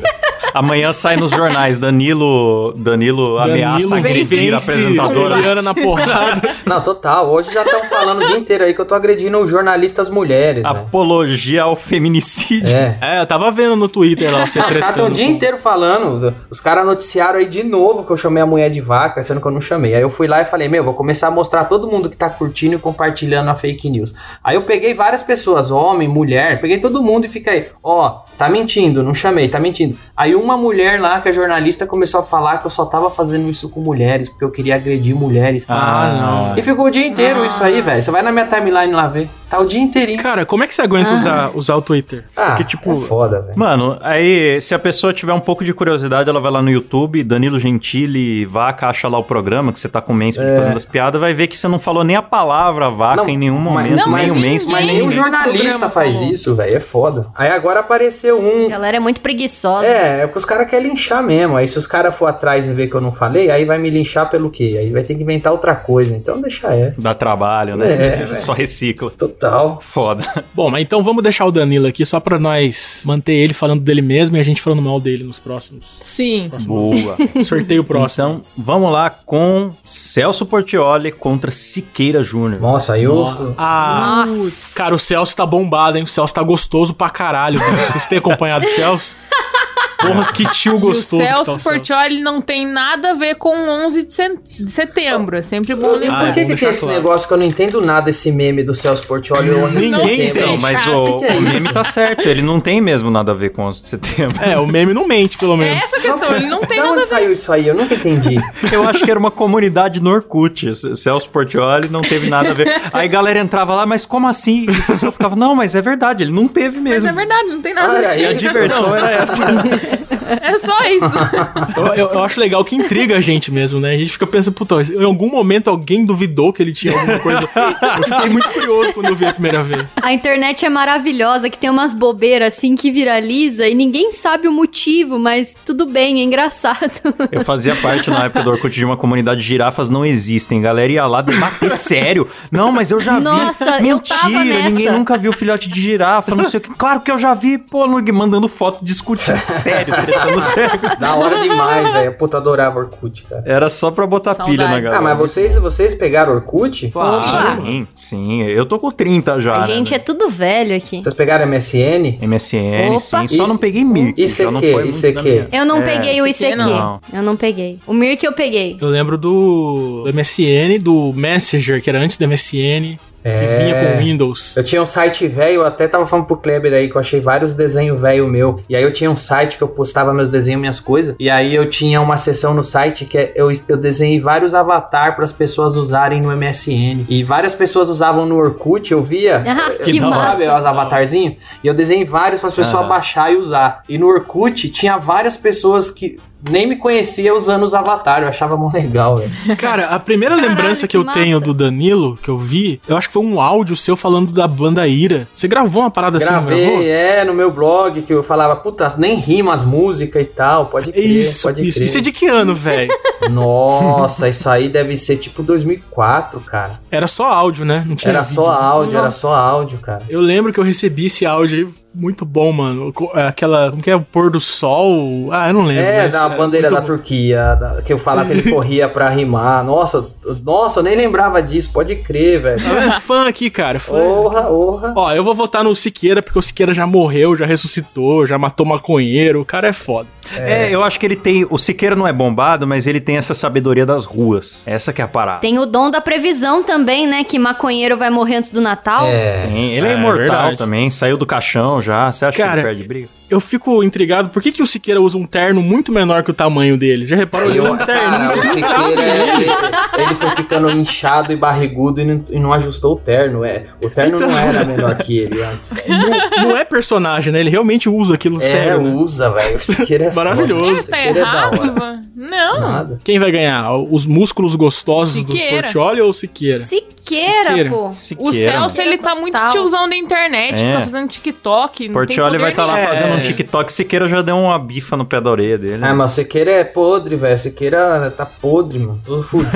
S1: Amanhã sai nos jornais, Danilo, Danilo, ameaça agredir a
S2: vence
S1: apresentadora.
S2: Juliana na porrada.
S4: Não, total. Hoje já estão falando o dia inteiro aí que eu tô agredindo jornalistas mulheres, né?
S1: Apologia ao feminicídio.
S4: É.
S2: é, eu tava vendo no Twitter lá, você
S4: Os caras estão o
S2: tretando.
S4: dia inteiro falando. Os caras noticiaram aí de novo que eu chamei a mulher de vaca, sendo que eu não chamei. Aí eu fui lá e falei, meu, vou começar a mostrar todo mundo que tá curtindo e compartilhando a fake news. Aí eu peguei várias pessoas, homem, mulher, peguei todo mundo e fica aí, ó, tá mentindo, não chamei, tá mentindo. Aí uma mulher lá, que é jornalista, começou a falar que eu só tava fazendo isso com mulheres, porque eu queria agredir mulheres.
S1: Ah, não.
S4: E ficou o dia inteiro isso aí, velho. Você vai na minha timeline lá ver. Tá o dia inteirinho.
S2: Cara, como é que você
S5: Ah.
S2: aguenta usar, usar o Twitter?
S4: Ah,
S2: Porque, tipo,
S4: é foda, velho.
S1: Mano, aí se a pessoa tiver um pouco de curiosidade, ela vai lá no YouTube, Danilo Gentili, vaca, acha lá o programa que você tá com o Mansfield fazendo as piadas, vai ver que você não falou nem a palavra vaca
S4: Não,
S1: em nenhum
S4: mas-
S1: momento,
S5: não, mas
S1: nem o
S5: ninguém-
S1: Mansfield,
S4: Mas
S1: nem um
S4: nenhum
S1: ninguém.
S4: jornalista
S5: programa
S4: faz
S5: falou.
S4: isso, velho. É foda. Aí agora apareceu
S3: A
S4: um.
S3: galera é muito preguiçosa.
S4: É, é que os caras querem linchar mesmo. Aí se os caras for atrás e ver que eu não falei, aí vai me linchar pelo quê? Aí vai ter que inventar outra coisa. Então deixa essa.
S1: Dá trabalho, né?
S4: É, velho.
S1: Só recicla.
S4: Total.
S1: Foda.
S2: Bom, mas então vamos deixar o Danilo aqui só pra nós manter ele falando dele mesmo e a gente falando mal dele nos próximos.
S5: Sim.
S1: Boa.
S2: Sorteio próximo.
S1: Então, vamos lá com Celso Portioli contra Siqueira Júnior.
S4: Nossa, aí eu.
S2: Ah,
S3: Nossa.
S2: cara, o Celso tá bombado, hein? O Celso tá gostoso pra caralho. Viu? Vocês têm acompanhado o Celso? Porra, que tio
S5: E o
S2: gostoso. que tá
S5: Celso Portioli não tem nada a ver com o 11 de sen- de setembro. É sempre bom
S4: E
S5: lembrar.
S2: Ah, vamos
S4: por que, que tem
S2: deixar
S4: esse
S2: claro.
S4: negócio que eu não entendo nada, esse meme do Celso Portioli? e o 11 de
S2: Ninguém
S4: setembro?
S2: entende.
S1: Então, mas o,
S4: que que é
S1: o
S4: isso?
S1: meme tá certo, ele não tem mesmo nada a ver com 11 de setembro.
S2: É, o meme não mente, pelo
S5: É
S2: menos.
S5: essa a questão, ele não tem
S4: da
S5: nada a
S4: onde saiu isso aí? Eu nunca entendi.
S1: Eu acho que era uma comunidade no Orkut. C- Celso Portioli não teve nada a ver. Aí a galera entrava lá, mas como assim? E o pessoal ficava, não, mas é verdade, ele não teve
S5: Mas
S1: mesmo.
S5: é verdade, não tem nada.
S4: Olha
S5: a
S4: aí.
S1: E a
S4: Isso
S1: diversão
S4: não.
S1: era essa.
S5: ver. É só isso.
S2: Eu, eu- eu acho legal que intriga a gente mesmo, né? A gente fica pensando, puta, em algum momento alguém duvidou que ele tinha alguma coisa. Eu fiquei muito curioso quando eu vi a primeira vez.
S3: A internet é maravilhosa, que tem umas bobeiras assim que viraliza e ninguém sabe o motivo, mas tudo bem, é engraçado.
S1: Eu fazia parte na época do Orkut de uma comunidade de girafas não existem. A galera ia lá debater sério. Não, mas eu já vi.
S3: Nossa, eu tava nessa.
S1: ninguém nunca viu filhote de girafa, não sei o que. Claro que eu já vi, pô, no- mandando foto, discutindo sério, tretando sério.
S4: da hora demais, velho. Puta, adorava Orkut, cara.
S1: Era só pra botar
S5: Saudade.
S1: pilha na galera.
S4: Ah, mas vocês, vocês pegaram Orkut?
S1: Claro,
S3: Opa.
S1: sim, sim. Eu tô com 30 já.
S3: a
S1: né,
S3: gente é tudo velho aqui.
S4: Vocês pegaram MSN?
S1: MSN,
S3: Opa.
S1: sim. Só
S4: Isso-
S1: não peguei Mirk.
S4: ICQ,
S1: já não foi muito
S4: ICQ.
S1: da minha-
S3: Eu não
S1: É,
S3: peguei o
S5: esse
S3: ICQ.
S5: aqui
S1: não.
S3: Eu não peguei. O Mir que eu peguei.
S2: Eu lembro do, do MSN, do Messenger, que era antes do MSN, que
S4: É.
S2: vinha com Windows.
S4: Eu tinha um site velho, eu até tava falando pro Kleber aí que eu achei vários desenhos velho meu. E aí eu tinha um site que eu postava meus desenhos, minhas coisas. E aí eu tinha uma seção no site que é- eu, eu desenhei vários avatar pras pessoas usarem no MSN. E várias pessoas usavam no Orkut, eu via.
S3: Ah,
S2: Que
S3: que
S2: da hora.
S3: massa.
S4: Sabe os avatarzinhos? E eu desenhei vários para as pessoas
S1: Aham.
S4: baixar e usar. E no Orkut tinha várias pessoas que nem me conhecia usando os avatares. Eu achava mó legal, velho.
S2: Cara, a primeira
S5: Caralho,
S2: lembrança que
S5: que
S2: eu
S5: massa.
S2: tenho do Danilo, que eu vi, eu acho que foi um áudio seu falando da banda Ira. Você gravou uma parada assim, não
S4: Gravei,
S2: gravou?
S4: é, no meu blog, que eu falava, puta, nem rima as músicas e tal, pode
S2: É
S4: crer,
S2: isso,
S4: pode
S2: isso.
S4: crer.
S2: Isso é de que ano, velho?
S4: Nossa, isso aí deve ser tipo 2004, cara.
S2: Era só áudio, né? Não tinha
S4: Era
S2: vídeo.
S4: só áudio, era
S5: Nossa.
S4: só áudio, cara.
S2: Eu lembro que eu recebi esse áudio aí. muito bom, mano. Co- Aquela. Como que é? O pôr do sol. Ah, eu não lembro.
S4: É,
S2: mas
S4: da bandeira
S2: muito
S4: da Turquia, da- que eu falava que ele corria pra rimar. Nossa, nossa, eu nem lembrava disso, pode crer, velho.
S2: bom. Tá vendo? fã aqui, cara. Fã.
S4: Orra, orra.
S2: Ó, eu vou votar no Siqueira, porque o Siqueira já morreu, já ressuscitou, já matou maconheiro. O cara é foda.
S1: É, eu acho que ele tem. O Siqueira não é bombado, mas ele tem essa sabedoria das ruas. Essa que é a parada.
S3: Tem o dom da previsão também, né? Que maconheiro vai morrer antes do Natal.
S4: É.
S1: Tem. Ele é,
S2: É,
S1: imortal
S2: verdade.
S1: também, saiu do caixão já. Você acha
S2: Cara,
S1: que ele perde briga?
S2: Eu fico intrigado, por que, que o Siqueira usa um terno muito menor que o tamanho dele? Já reparou? Ele usa um terno.
S4: cara, o
S2: não sei-
S4: Siqueira, ele, ele foi ficando inchado e barrigudo e não, e não ajustou o terno. É, o terno
S2: Então.
S4: não era menor que ele antes. velho.
S2: Não, não é personagem, né? Ele realmente usa aquilo
S4: É,
S2: sério. né?
S4: usa, velho. O Siqueira é foda.
S2: Maravilhoso.
S4: O
S5: tá
S4: Siqueira é da hora. Ah,
S5: errado, Ivan? Não.
S4: Nada.
S2: Quem vai ganhar? Os músculos gostosos
S5: Siqueira.
S2: do Portioli ou o Siqueira?
S3: Siqueira,
S2: Siqueira.
S3: pô.
S5: O
S1: Siqueira. mano.
S5: Celso, ele tá muito
S3: Total.
S5: tiozão da internet,
S1: É.
S5: fica fazendo TikTok. não tem
S1: Portioli
S5: poder
S1: vai estar lá
S5: nenhum.
S1: fazendo um
S2: É.
S1: TikTok. Siqueira já deu uma bifa no pé da orelha dele. né?
S4: Ah, mas o Siqueira é podre, velho. O Siqueira tá podre, mano. Todo fudido.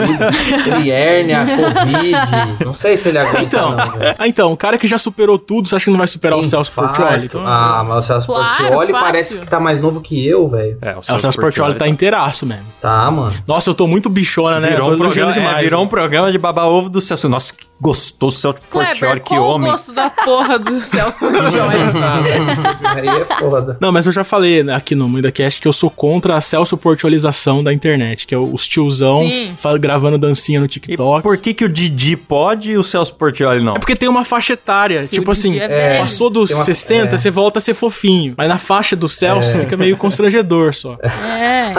S4: Ele hérnia, Covid. Não sei se ele aguenta,
S2: Então,
S4: não,
S1: É.
S4: velho.
S2: Ah, então, o cara que já superou tudo, você acha que não vai superar o Celso
S4: Infarto.
S2: Portioli? Então,
S4: Ah, mas o Celso
S5: Claro,
S4: Portioli
S5: fácil.
S4: parece que tá mais novo que eu, velho.
S1: É, o
S2: o Celso Portioli tá inteiraço mesmo.
S4: Tá, mano.
S2: Nossa, eu tô muito bichona, né?
S1: Virou
S2: eu
S1: um,
S2: tô elogiando né?
S1: programa, é, virou um programa de baba-ovo do Celso. Nossa, que gostoso, Celso Portioli,
S5: Kleber,
S1: que
S5: qual o
S1: homem.
S5: gosto da porra do Celso Portioli?
S4: Aí é foda.
S2: Não, mas eu já falei né, aqui no MuidaCast que eu sou contra a Celso Portiolização da internet, que é os tiozão
S5: Sim.
S2: fa- gravando dancinha no
S1: E
S2: TikTok.
S1: por que, que o Didi pode e o Celso Portioli não?
S2: É porque tem uma faixa etária, tipo
S5: O
S2: assim,
S5: Didi é velho.
S2: passou dos
S4: Tem uma-
S2: 60,
S4: é.
S2: você volta a ser fofinho. Mas na faixa do Celso fica meio constrangedor só.
S5: É.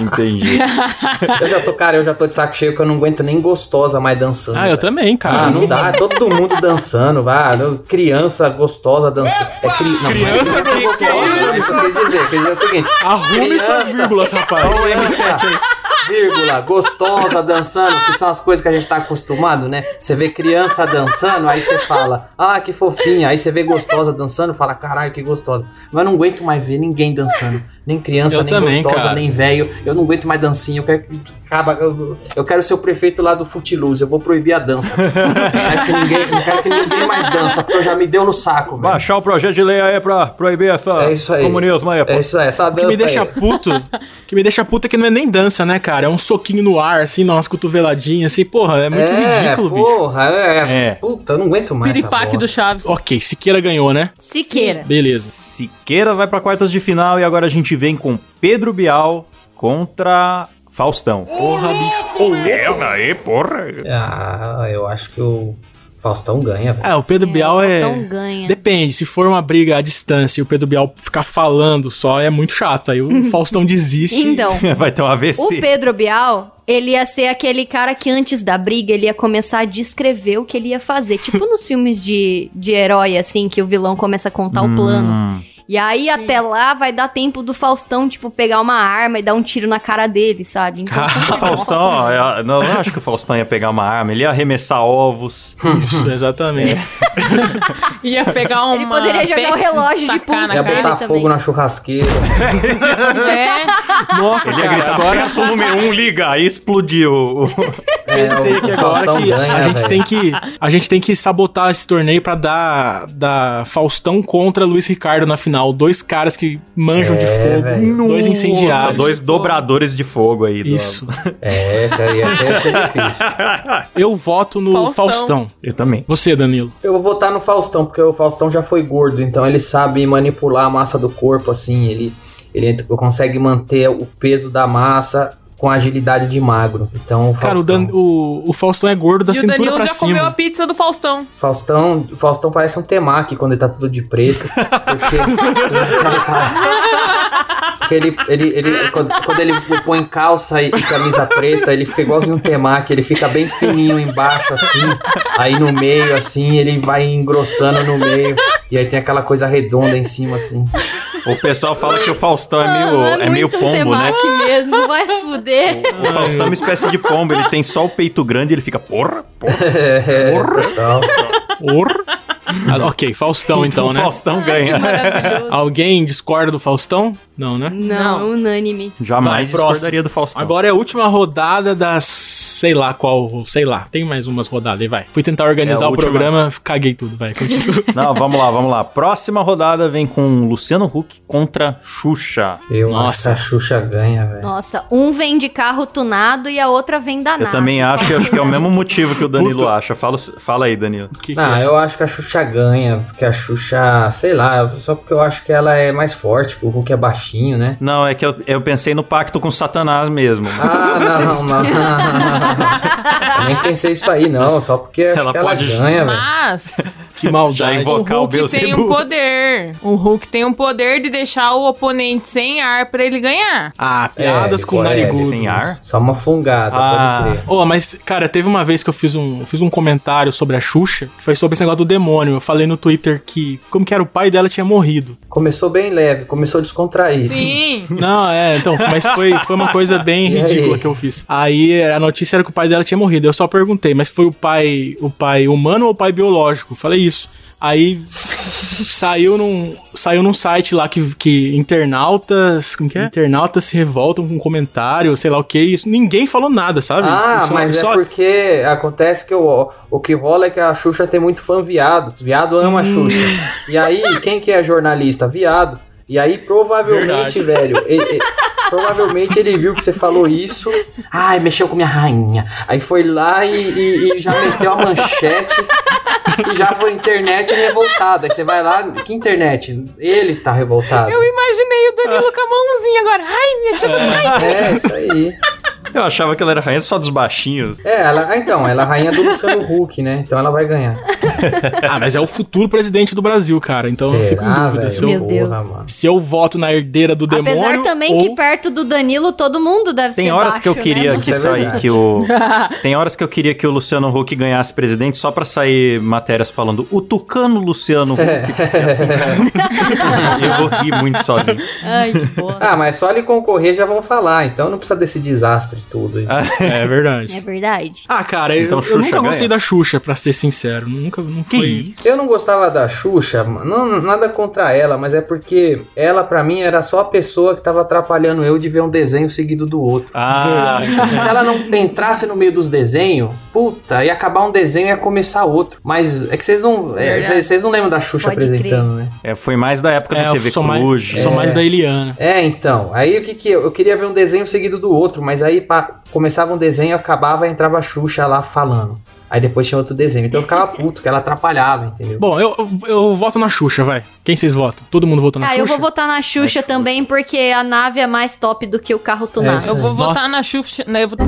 S1: Entendi.
S4: Eu já tô, cara, eu já tô de saco cheio que eu não aguento nem gostosa mais dançando.
S2: Ah, eu
S4: velho.
S2: também, cara.
S4: Ah, não dá, todo mundo dançando, vá. não, Criança gostosa dançando. É cri... não,
S2: Criança
S4: mas
S2: gostosa,
S4: isso que eu quis dizer. Quis dizer o seguinte:
S2: Arrume suas vírgulas, rapaz.
S4: criança, vírgula, gostosa dançando, que são as coisas que a gente tá acostumado, né? Você vê criança dançando, aí você fala, ah, que fofinha. Aí você vê gostosa dançando, fala, caralho, que gostosa. Mas eu não aguento mais ver ninguém dançando. Nem criança,
S2: Eu
S4: nem
S2: também,
S4: gostosa,
S2: cara.
S4: nem velho. Eu não aguento mais dancinha. Eu quero que acaba. Eu, eu quero ser o prefeito lá do Footloose. Eu vou proibir a dança. Eu quero que ninguém, não quero que ninguém mais dança, porque eu já me deu no saco, velho.
S1: Baixar o um projeto de lei aí pra proibir essa
S4: É isso aí.
S1: comunismo aí, pô.
S4: É isso aí, essa
S2: O que
S4: dança.
S2: me deixa
S4: aí.
S2: puto, o que me deixa puto é que não é nem dança, né, cara? É um soquinho no ar, assim, umas cotoveladinhas, assim, porra, é muito
S4: é,
S2: ridículo, bicho.
S4: porra, é,
S1: É.
S4: Puta, eu não aguento mais. essa
S5: Piripaque
S4: bosta.
S5: do Chaves.
S2: Ok, Siqueira ganhou, né?
S3: Siqueira.
S2: Beleza.
S1: Siqueira vai pra quartas de final e agora a gente vem com Pedro Bial contra Faustão.
S2: Porra, bicho. Ô, louco.
S1: É, aí, porra.
S4: Ah, eu acho que o Faustão ganha, velho.
S2: Ah, o Pedro Bial é.
S3: Então ganha.
S2: Depende, se for uma briga à distância e o Pedro Bial ficar falando só, é muito chato. Aí o Faustão desiste.
S3: Então,
S1: Vai ter um
S3: o
S1: AVC.
S3: Pedro é Bial, ele ia ser aquele cara que antes da briga ele ia começar a descrever o que ele ia fazer. Tipo nos filmes de, de herói, assim, que o vilão começa a contar o plano.
S1: Hum,
S3: E aí, até lá, vai dar tempo do Faustão, tipo, pegar uma arma e dar um tiro na cara dele, sabe? Então,
S1: o Faustão, ó, é, não, eu não acho que o Faustão ia pegar uma arma, ele ia arremessar ovos.
S2: Isso, exatamente.
S5: Ia pegar uma.
S3: Ele poderia jogar o
S5: Pepsi,
S3: relógio de
S5: tacar
S3: pulso
S5: na
S4: Ia
S3: dele.
S5: cara.
S4: botar
S3: também.
S4: fogo na churrasqueira.
S5: É.
S2: Nossa,
S1: Ele ia
S2: cara,
S1: gritar,
S2: agora
S1: "Prato número um, liga, aí explodiu.
S2: pensei
S4: É,
S2: que agora que a gente tem que a gente tem que sabotar esse torneio pra dar da Faustão contra Luiz Ricardo na final, dois caras que manjam de
S4: É,
S2: fogo,
S4: velho.
S2: dois
S1: Nossa,
S2: incendiários.
S1: dois dobradores de fogo aí. do-
S2: Isso.
S4: É, essa aí, essa aí ia ser difícil.
S2: Eu voto no
S5: Faustão.
S2: Faustão.
S1: Eu também.
S2: Você, Danilo.
S4: Eu vou votar no Faustão, porque o Faustão já foi gordo, então ele sabe manipular a massa do corpo, assim, ele, ele ent- consegue manter o peso da massa com a agilidade de magro. Então, o Faustão,
S2: Cara, o, Dan- o- o Faustão é gordo da
S5: e o
S2: cintura
S5: Danilo
S2: pra
S5: já
S2: cima.
S5: comeu a pizza do Faustão.
S4: Faustão, o Faustão parece um temaki quando ele tá tudo de preto, porque... assim, "Ah." Porque ele, ele, ele quando, quando ele põe calça e, e camisa preta, ele fica igualzinho um temaki, ele fica bem fininho embaixo, assim. Aí no meio, assim, ele vai engrossando no meio. E aí tem aquela coisa redonda em cima, assim.
S1: O pessoal fala que o Faustão é
S3: Ah,
S1: meio, é meio pombo, né?
S3: temaki mesmo, vai se fuder.
S1: O Faustão é uma espécie de pombo, ele tem só o peito grande e ele fica, porra, porra.
S4: É, total.
S2: Porra. Ah, ok, Faustão então, né?
S1: Faustão
S5: Ai, que
S1: ganha.
S2: É,
S5: maravilhoso.
S2: Alguém discorda do Faustão? Não, né?
S3: Não, é unânime.
S1: Jamais
S2: Vai, próximo.
S1: discordaria do Faustão.
S2: Agora é a última rodada das. Sei lá qual. Sei lá. Tem mais umas rodadas aí, vai. Fui tentar organizar
S1: É a
S2: o
S1: última.
S2: programa, caguei tudo, vai. Continua.
S1: Não, vamos lá, vamos lá. Próxima rodada vem com Luciano Huck contra Xuxa.
S4: Eu
S2: Nossa.
S4: acho que a Xuxa ganha, velho.
S3: Nossa, um vem de carro tunado e a outra vem danado.
S1: Eu também acho, e acho que é o mesmo motivo que o Danilo
S2: Puta.
S1: acha. Fala, fala aí, Danilo.
S2: Que que
S4: Não,
S2: é?
S4: Ah, eu acho que a Xuxa ganha, porque a Xuxa, sei lá, só porque eu acho que ela é mais forte, que o Hulk é baixinho, né?
S1: Não, é que eu, eu pensei no pacto com Satanás mesmo.
S4: Ah, não, não. Eu nem pensei isso aí, não. Só porque acho
S1: Ela
S4: que ela
S1: pode-
S4: ganha, velho.
S5: Mas
S2: Que maldade.
S1: Já
S5: o
S1: invocar o
S5: Hulk tem um
S1: Beelzebub.
S5: poder. O Hulk tem um poder de deixar o oponente sem ar pra ele ganhar.
S2: Ah, piadas
S4: É,
S2: com
S4: é,
S2: narigudo.
S1: sem ar.
S4: Só uma fungada,
S1: Ah.
S4: pode crer.
S2: Ô, mas, cara, teve uma vez que eu fiz um, eu fiz um comentário sobre a Xuxa, que foi sobre esse negócio do demônio. Eu falei no Twitter que, como que era, o pai dela tinha morrido.
S4: Começou bem leve, começou descontraído.
S5: Sim.
S2: Não, é, então, mas foi, foi uma coisa bem
S4: E aí?
S2: ridícula que eu fiz. Aí a notícia era que o pai dela tinha morrido. Eu só perguntei, mas foi o pai, o pai humano ou o pai biológico? Falei isso. Aí saiu num, saiu num site lá que, que internautas, como que é? Internautas se revoltam com comentário, sei lá o que, isso. Ninguém falou nada, sabe?
S4: Ah,
S2: Só-
S4: mas
S2: só-
S4: é porque acontece que o, o que rola é que a Xuxa tem muito fã viado. Viado ama a Xuxa. E aí, quem que é jornalista? Viado. E aí, provavelmente,
S2: Verdade.
S4: velho, ele- ele- provavelmente ele viu que você falou isso. Ai, mexeu com minha rainha. Aí foi lá e, e- e já meteu a manchete. E já foi internet revoltada. Aí você vai lá, que internet? Ele tá revoltado.
S5: Eu imaginei o Danilo com a mãozinha agora. Ai, me achou
S4: É, isso aí.
S1: Eu achava que ela era rainha só dos baixinhos.
S4: É, ela, ah, então, ela é a rainha do Luciano Huck, né? Então ela vai ganhar.
S2: Ah, mas é o futuro presidente do Brasil, cara. Então eu fico em
S4: Será,
S2: dúvida. Se
S4: Ah, velho?
S2: eu,
S3: Meu Deus.
S4: mano.
S2: se eu voto na herdeira do demônio.
S3: Apesar também
S2: ou...
S3: que perto do Danilo todo mundo deve
S1: Tem
S3: ser
S1: horas
S3: baixo,
S1: que eu queria
S3: né?
S1: que
S4: Isso é
S1: sair
S4: verdade.
S1: que o Tem horas que eu queria que o Luciano Huck ganhasse presidente só pra sair matérias falando o tucano Luciano Huck.
S2: É.
S1: porque assim, cara, eu vou rir muito sozinho.
S3: Ai, que boa.
S4: Ah, mas só ele concorrer já vão falar, então não precisa desse desastre tudo. aí.
S2: É
S3: É
S2: verdade.
S3: verdade.
S2: Ah, cara, eu-
S1: Então,
S2: eu,
S1: Xuxa
S2: nunca gostei
S1: ganha?
S2: da Xuxa, pra ser sincero. Nunca, não
S1: Que
S2: foi.
S1: isso?
S4: Eu não gostava da Xuxa, não, nada contra ela, mas é porque ela pra mim era só a pessoa que tava atrapalhando eu de ver um desenho seguido do outro.
S1: Ah,
S2: Verdade.
S4: Se ela não entrasse no meio dos desenhos, puta, ia acabar um desenho e ia começar outro. Mas é que vocês não, é,
S5: Verdade.
S4: vocês não lembram da Xuxa
S3: Pode
S4: apresentando, né?
S1: é, foi mais da época
S2: É,
S1: do
S2: eu
S1: TV
S2: sou mais,
S1: Cruz.
S2: sou mais da Eliana.
S4: É, então. Aí o que que eu, eu queria ver um desenho seguido do outro, mas aí pá, começava um desenho, acabava, entrava a Xuxa lá falando. Aí depois tinha outro desenho. Então eu ficava puto, que ela atrapalhava, entendeu?
S2: Bom, eu, eu, eu voto na Xuxa, vai. Quem vocês votam? Todo mundo votou na
S3: ah,
S2: Xuxa?
S3: eu vou votar na Xuxa
S1: Xuxa.
S3: também, porque a nave é mais top do que o carro tunado.
S4: É,
S5: Eu vou
S2: Nossa.
S5: votar na Xuxa. né, Eu, vou-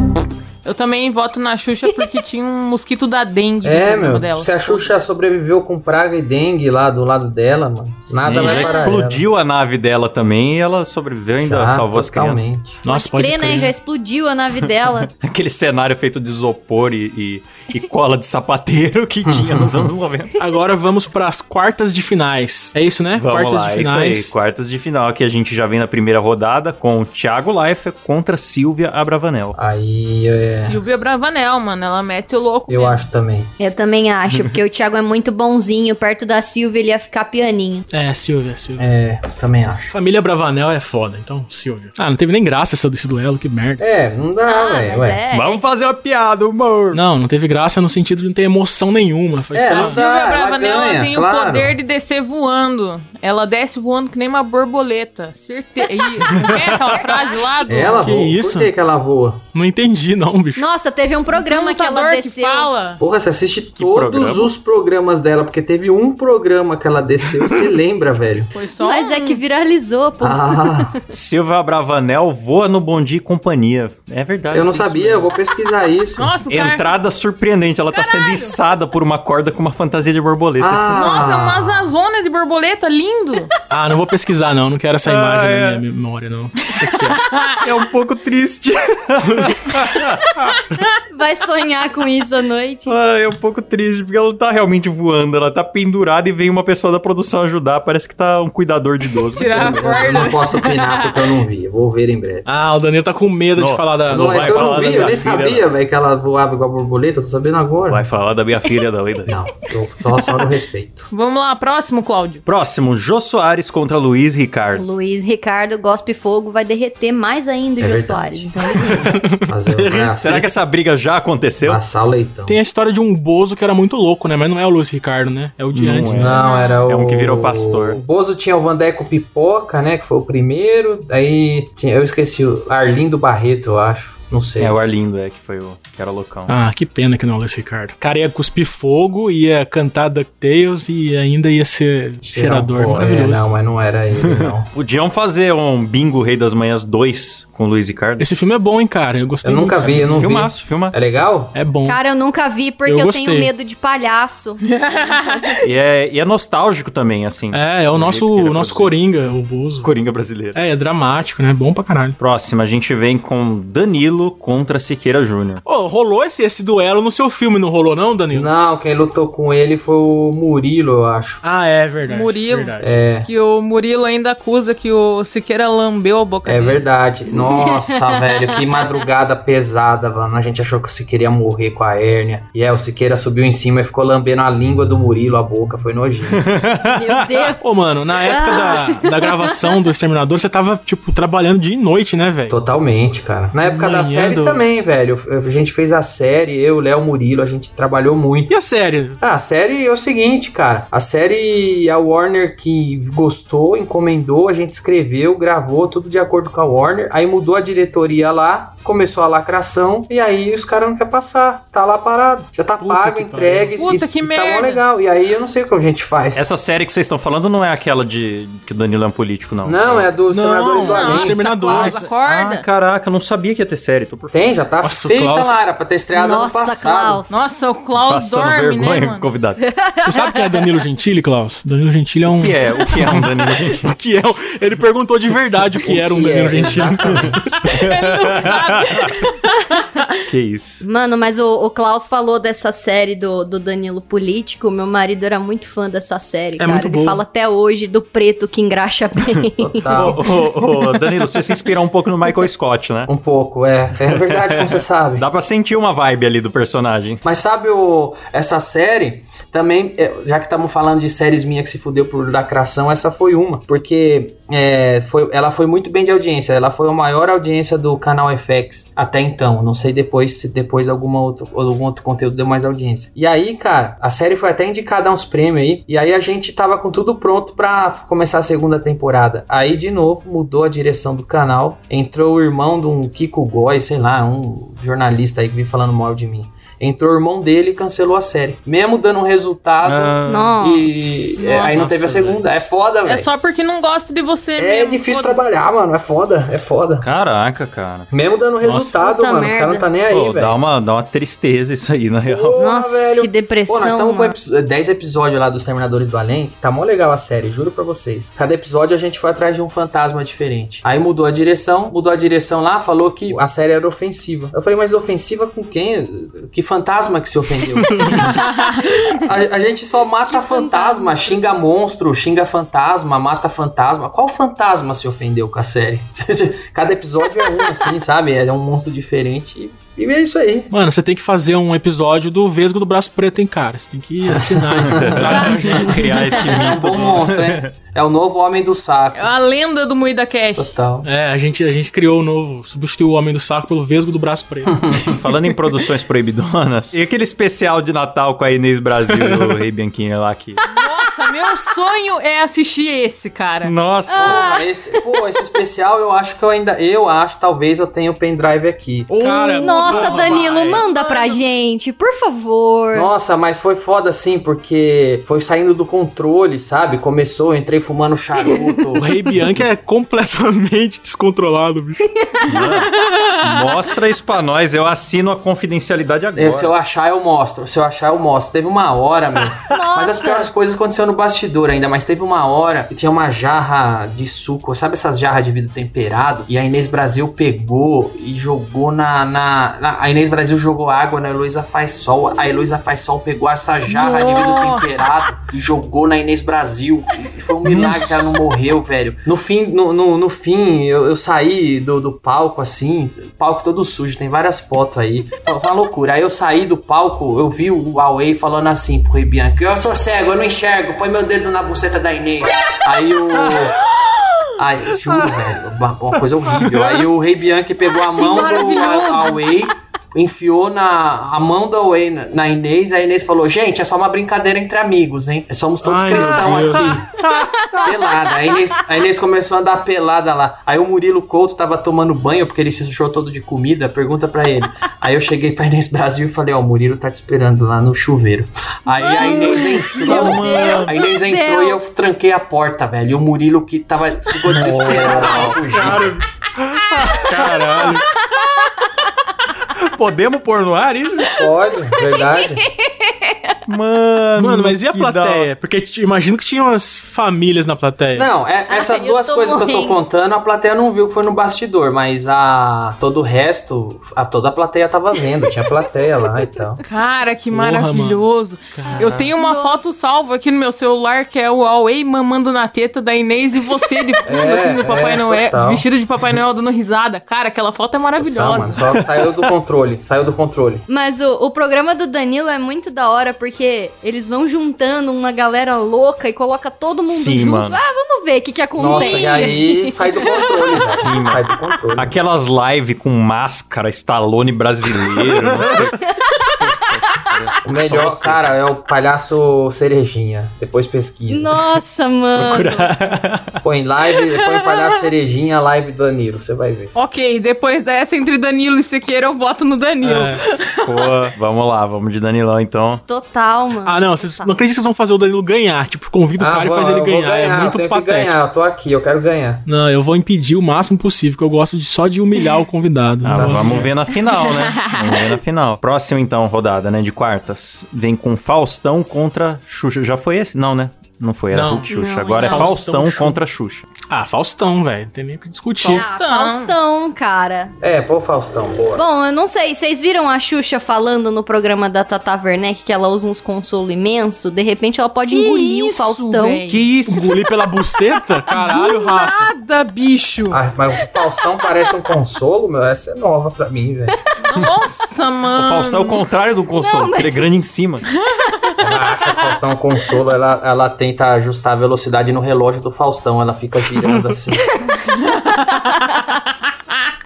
S5: eu também voto na Xuxa porque tinha um mosquito da dengue
S4: É,
S5: no
S4: meu.
S5: meu, dela.
S4: Se a Xuxa sobreviveu com praga e dengue lá do lado dela, mano, nada
S1: E
S4: vai
S1: É. já
S4: parar
S1: explodiu
S2: né?
S1: a nave dela também e ela sobreviveu ainda,
S4: ela. Já,
S1: salvou as crianças.
S4: totalmente.
S2: Nossa, pode crer.
S3: né? Já explodiu a nave dela.
S1: Aquele cenário feito de isopor e, e- e cola de sapateiro que tinha nos anos 90.
S2: Agora vamos pras quartas de finais. É isso, né?
S1: Vamos
S2: quartas
S1: lá,
S2: de
S1: é isso
S2: finais.
S1: aí. Quartas de final que a gente já vem na primeira rodada com o Thiago Leifert contra Silvia Abravanel.
S4: Aí é,
S5: Silvia Bravanel, mano. Ela mete o louco.
S4: eu
S5: mesmo.
S4: acho também.
S3: eu também acho, porque o Thiago é muito bonzinho. Perto da Silvia ele ia ficar pianinho.
S2: É, Silvia, Silvia.
S4: É, também acho.
S2: Família Bravanel é foda, então, Silvia. Ah, não teve nem graça essa desse duelo, que merda.
S4: É, não dá,
S3: ah,
S4: velho.
S3: mas
S4: ué.
S3: é.
S1: Vamos fazer uma piada, humor.
S2: Não, não teve graça no sentido de não ter emoção nenhuma. Foi
S4: É,
S2: só-
S5: A
S4: não-
S5: Silvia
S4: ela
S5: Bravanel ela
S4: ganha,
S5: tem
S4: claro.
S5: o poder de descer voando. Ela desce voando que nem uma borboleta. Certeza. é aquela frase lá do.
S4: Ela
S2: Que
S4: voa.
S2: isso?
S4: Por que, que ela voa?
S2: não entendi, não, bicho.
S3: Nossa, teve um programa
S1: tá
S3: que ela
S5: Computador
S3: desceu.
S5: Que fala.
S4: Porra, você assiste todos
S1: programa?
S4: os programas dela, porque teve um programa que ela desceu, você lembra, velho?
S5: Foi só.
S3: Mas
S5: um-
S3: é que viralizou, pô.
S4: Ah,
S1: Silvia Abravanel voa no Bom Dia e Companhia. É verdade.
S4: eu não
S1: tem isso
S4: sabia, eu vou pesquisar isso.
S5: Nossa, o
S1: mesmo.
S5: cara.
S1: Entrada surpreendente. Ela tá sendo içada por uma corda com uma fantasia de borboleta.
S4: Ah.
S5: Nossa, uma zazona de borboleta lindo.
S2: Ah, não vou pesquisar, não. Não quero essa imagem
S1: Ah,
S2: na
S1: é.
S2: minha memória, não.
S1: É um pouco triste.
S3: Vai sonhar com isso à noite.
S1: Ah, é um pouco triste, porque ela não tá realmente voando, ela tá pendurada e vem uma pessoa da produção ajudar. Parece que tá um cuidador de idoso.
S5: Tirar a
S4: Eu não
S5: corda.
S4: posso opinar porque eu não vi. Eu vou ver em breve.
S2: Ah, o Danilo tá com medo de
S1: Não,
S2: falar da.
S1: não
S4: Não, é
S1: vai
S4: que eu
S1: falar
S4: não vi,
S1: da
S4: eu nem
S1: Brasília,
S4: sabia, velho, que ela voava igual borboleta, eu tô sabendo agora.
S1: Vai falar da minha filha da Leda.
S4: Não, eu- só, só no respeito.
S5: Vamos lá, próximo, Cláudio.
S1: Próximo, Jô Soares contra Luiz Ricardo.
S3: Luiz Ricardo, gospe fogo, vai derreter mais ainda o
S4: É
S3: Jô
S4: verdade.
S3: Soares. Então,
S4: Fazer uma
S1: Será que essa briga já aconteceu?
S4: é assim, Passar o leitão.
S2: Tem a história de um Bozo que era muito louco, né? Mas não é o Luiz Ricardo, né? É o de
S1: Não
S2: antes,
S1: é.
S2: né?
S4: Não, era o.
S1: É um que virou pastor.
S4: O Bozo tinha o Vandeco Pipoca, né? Que foi o primeiro. Aí tinha, eu esqueci o Arlindo Barreto, eu acho. Não sei.
S1: É o Arlindo, é, que foi o que era loucão.
S2: Ah, que pena que não é o Luiz Ricardo. O cara ia cuspir fogo, ia cantar DuckTales e ainda ia ser cheirador.
S4: Pô,
S2: Maravilhoso.
S4: É,
S1: um-
S4: não, mas não era ele, não.
S1: Podiam fazer um Bingo Rei das Manhãs 2 com Luiz Ricardo.
S2: Esse filme é bom, hein, cara? Eu gostei
S4: Eu nunca
S2: muito.
S4: vi, eu não
S1: filmaço, filmaço.
S4: vi. É legal?
S2: É bom.
S3: cara, eu nunca vi porque
S2: Eu
S3: eu,
S2: gostei.
S3: tenho medo de palhaço.
S1: E é, e é nostálgico também, assim.
S2: É, é o
S1: Do
S2: nosso,
S1: jeito que ele é
S2: o nosso
S1: produzido.
S2: Coringa, o Bozo.
S1: Coringa brasileiro.
S2: É, é dramático, né? Bom pra caralho.
S1: Próxima, a gente vem com Danilo contra Siqueira Júnior.
S2: Ô, rolou esse, esse duelo no seu filme, não rolou não, Danilo?
S4: Não, quem lutou com ele foi o Murilo, eu acho.
S2: Ah, é verdade.
S5: Murilo.
S2: verdade.
S4: É.
S5: Que o Murilo ainda acusa que o Siqueira lambeu a boca
S4: É
S5: dele.
S4: verdade. Nossa, velho, que madrugada pesada, mano. A gente achou que o Siqueira ia morrer com a hérnia. E é, o Siqueira subiu em cima e ficou lambendo a língua do Murilo, a boca. Foi nojento.
S3: Meu Deus.
S2: Ô, mano, na época da, da gravação do Exterminador, você tava, tipo, trabalhando de noite, né, velho?
S4: Totalmente, cara. Na época da
S2: manhã
S4: série
S2: é do-
S4: também, velho. A gente fez a série, eu, Léo Murilo, a gente trabalhou muito.
S2: E a série?
S4: Ah, a série é o seguinte, cara. A série, a Warner que gostou, encomendou, a gente escreveu, gravou, tudo de acordo com a Warner. Aí mudou a diretoria lá, começou a lacração, e aí os caras não querem passar. Tá lá parado. Já tá
S2: Puta
S4: pago,
S2: que
S4: entregue.
S5: pariu. Puta
S4: e-
S5: que
S4: e Tá mó
S5: merda.
S4: legal. E aí eu não sei o que a gente faz.
S1: Essa série que vocês estão falando não é aquela de que o Danilo é um político, não.
S4: Não, é dos Exterminadores do
S2: Não,
S4: Além.
S2: os Exterminadores.
S5: Klaus,
S1: Ah,
S5: acorda.
S1: caraca, eu não sabia que ia ter série. Tô por...
S4: Tem, já tá
S2: Nossa, o
S4: feita
S2: Klaus-
S4: lá, era pra ter estreado ano
S3: Nossa,
S4: passado.
S3: Klaus.
S5: Nossa, o Klaus
S1: Passando
S5: dorme,
S1: vergonha
S5: né,
S1: com o
S5: mano?
S1: convidado.
S2: Você sabe quem é Danilo Gentili, Klaus? Danilo Gentili é um...
S1: O que é? O que é um Danilo Gentili?
S2: O que é? um- Ele perguntou de verdade o que era um
S4: que
S2: Danilo
S4: é,
S2: Gentili.
S5: Ele não sabe.
S1: Que isso?
S3: Mano, mas o, o Klaus falou dessa série do, do Danilo Político. Meu marido era muito fã dessa
S4: É
S3: série, cara.
S2: muito
S3: Ele
S2: boa.
S3: fala até hoje do preto que engraxa bem.
S4: Total.
S1: Ô, ô, ô, Danilo, você se inspirou um pouco no Michael Scott, né?
S4: tá. Um pouco, é. É verdade, como você sabe.
S1: Dá pra sentir uma vibe ali do personagem.
S4: Mas sabe o, essa série? Também, é, já que estamos falando de séries minha que se fudeu por lacração, essa foi uma. Porque é, foi, ela foi muito bem de audiência. Ela foi a maior audiência do canal FX até então. Não sei depois se depois alguma outro, algum outro conteúdo deu mais audiência. E aí, cara, a série foi até indicada a uns prêmios aí. E aí a gente tava com tudo pronto pra começar a segunda temporada. Aí, de novo, mudou a direção do canal. Entrou o irmão de um Kiko Goy, sei lá, um jornalista aí que vem falando mal de mim. Entrou o irmão dele e cancelou a série. Mesmo dando um resultado.
S3: Nossa.
S4: e é, aí não
S2: Nossa,
S4: teve a segunda. É foda, velho.
S5: É só porque não gosto de você
S4: É
S5: mesmo,
S4: difícil
S5: foda-se.
S4: trabalhar, mano. É foda, é foda.
S1: Caraca, cara.
S4: Mesmo dando resultado,
S3: Puta
S4: mano. Os caras não tá nem aí,
S1: Pô,
S4: velho.
S1: dá uma, dá uma tristeza isso aí, na real.
S4: Porra,
S3: Nossa,
S4: velho.
S3: que depressão.
S4: Pô, nós estamos com
S3: mano.
S4: episo- 10 episódios lá dos Terminadores do Além, que tá mó legal a série, juro pra vocês. Cada episódio a gente foi atrás de um fantasma diferente. Aí mudou a direção, mudou a direção lá, falou que a série era ofensiva. Eu falei, mas ofensiva com quem? Que fantasma que se ofendeu? a, a gente só mata fantasma, xinga monstro, xinga fantasma, mata fantasma. Qual fantasma se ofendeu com a série? Cada episódio é um, assim, sabe? É um monstro diferente. E, e é isso aí.
S2: Mano, você tem que fazer um episódio do Vesgo do Braço Preto, hein, cara? Você tem que assinar esse contrato.
S1: tá Criar esse
S4: Esse é um
S1: mito.
S4: bom monstro, hein? É o novo homem do saco.
S5: É A lenda do Muida Cash.
S4: Total.
S2: É, a gente, a gente criou o novo, substituiu o Homem do Saco pelo Vesgo do Braço Preto.
S1: Falando em produções proibidonas, e aquele especial de Natal com a Inês Brasil e o Rei Bianchini lá que...
S2: Né?
S5: Nossa, meu sonho é assistir esse, cara.
S2: Ah,
S1: Nossa!
S4: Pô, Esse, pô, esse especial eu acho que eu ainda. Eu acho, talvez eu tenha o pendrive aqui.
S2: Cara,
S3: Nossa,
S2: bom
S3: Danilo,
S2: demais.
S3: manda pra gente, por favor.
S4: Nossa, mas foi foda assim, porque foi saindo do controle, sabe? Começou, eu entrei fumando charuto.
S2: O Rei Bianca é completamente descontrolado, bicho.
S1: Mostra isso pra nós, eu assino a confidencialidade agora.
S4: Eu, se eu achar, eu mostro. Se eu achar, eu mostro. Teve uma hora, meu. Mas as
S3: Nossa.
S4: piores coisas aconteceram no bastidor ainda, mas teve uma hora que tinha uma jarra de suco, sabe essas jarras de vidro temperado? E a Inês Brasil pegou e jogou na. na, na- a Inês Brasil jogou água na Heloísa Faz Sol. A Heloísa Faz Sol pegou essa jarra de vidro
S5: Nossa.
S4: temperado e jogou na Inês Brasil. E foi um milagre que ela não morreu, velho. No fim, no, no, no fim eu, eu saí do, do palco assim, palco todo sujo, tem várias fotos aí. Foi, foi uma loucura. Aí eu saí do palco, eu vi o Huawei falando assim pro Rei Bianchi: Eu sou cego, eu não enxergo, põe meu dedo na buceta da Inês. Aí o. Ai, juro, velho. Uma, uma coisa horrível. Aí o Rei Bianchi pegou a mão do
S5: maravilhoso.
S4: a- Huawei, enfiou na, a mão da Huawei na, na Inês. A Inês falou: Gente, é só uma brincadeira entre amigos, hein? É Somos todos
S2: Ai, meu
S4: cristãos
S2: Deus.
S4: aqui. Pelada. A Inês, a Inês começou a andar pelada lá. Aí o Murilo Couto tava tomando banho, porque ele se suchou todo de comida. Pergunta pra ele. Aí eu cheguei pra Inês Brasil e falei: Ó, o Murilo tá te esperando lá no chuveiro. Aí a Inês entrou.
S2: Meu Deus
S4: A Inês
S3: do
S4: entrou
S3: céu.
S4: e eu tranquei a porta, velho. E o Murilo que tava, ficou desesperado. tava
S2: é
S4: fugindo.
S2: Cara, caralho.
S1: Podemos pôr no ar isso?
S4: Pode, verdade.
S1: Mano,
S2: Mano, mas e a
S1: que da-
S2: plateia? Porque t- imagino que tinha umas famílias na plateia.
S4: Não, é-
S3: Ah,
S4: essas
S3: eu
S4: duas
S3: tô
S4: coisas que eu
S3: morrendo.
S4: tô contando, a plateia não viu que foi no bastidor, mas a todo o resto, a toda a plateia tava vendo, tinha plateia lá e tal. Tá,
S5: Cara, que
S2: Porra,
S5: maravilhoso. Eu tenho uma foto salva aqui no meu celular que é o Huawei mamando na teta da Inês e você de fundo,
S4: É,
S5: assim, do Papai
S4: é,
S5: Noel,
S4: total.
S5: vestido de Papai Noel dando risada. Cara, aquela foto é
S4: Não,
S5: maravilhosa.
S4: mano, só saiu do controle, saiu do controle.
S3: Mas o, o programa do Danilo é muito da hora, porque eles vão juntando uma galera louca e coloca todo mundo
S1: Sim,
S3: junto.
S1: mano.
S3: Ah, vamos ver o que, que acontece.
S4: Nossa, e aí sai do controle,
S1: Sim,
S4: Sim, sai do controle.
S1: Aquelas lives com máscara, Stallone brasileiro, não sei.
S4: O melhor, cara, é o palhaço cerejinha. Depois pesquisa.
S3: Nossa, mano.
S4: Põe live, põe palhaço cerejinha, live do Danilo, você vai ver.
S5: Ok, depois dessa, entre Danilo e Siqueira, eu voto no Danilo.
S2: É.
S1: Pô, vamos lá, vamos de Danilão então.
S3: Total, mano.
S2: Ah, não,
S5: tá.
S2: vocês não acredito que vocês vão fazer o Danilo ganhar. Tipo, convida o cara
S4: Ah, vou-
S2: e faz ele
S4: eu vou
S2: ganhar. É
S4: eu
S2: muito
S4: tenho que
S2: patético.
S4: ganhar, eu tô aqui, eu quero ganhar.
S2: Não, eu vou impedir o máximo possível, que eu gosto de, só de humilhar o convidado. Então,
S1: Ah,
S2: Não,
S1: vamos ver na final, né? Vamos ver na final. Próximo então, rodada, né? De quartas. Vem com Faustão contra Xuxa. Já foi esse? Não, né? Não foi, era
S2: Não.
S1: Hulk Xuxa.
S5: Não,
S1: Agora
S5: não.
S1: é Faustão,
S2: Faustão,
S1: contra Xuxa.
S2: Ah, Faustão, velho. Não tem nem o que discutir.
S3: Ah,
S5: Faustão.
S3: Faustão, cara.
S4: É, pô, Faustão, boa.
S3: Bom, eu não sei, vocês viram a Xuxa falando no programa da Tata Werneck que ela usa uns consolo imenso? De repente ela pode
S5: Que
S3: engolir o
S5: isso,
S3: Faustão.
S5: véi?
S1: Que isso?
S2: Engolir pela buceta? Caralho, Rafa.
S5: Nada, bicho.
S4: Ah, mas o Faustão parece um consolo, meu. Essa é nova pra mim, velho.
S5: Nossa,
S1: O
S5: mano.
S1: Faustão é o contrário do consolo,
S3: Não, mas-
S1: ele é grande em cima.
S4: Ela acha que o Faustão é um consolo, ela, ela tenta ajustar a velocidade no relógio do Faustão. Ela fica girando assim.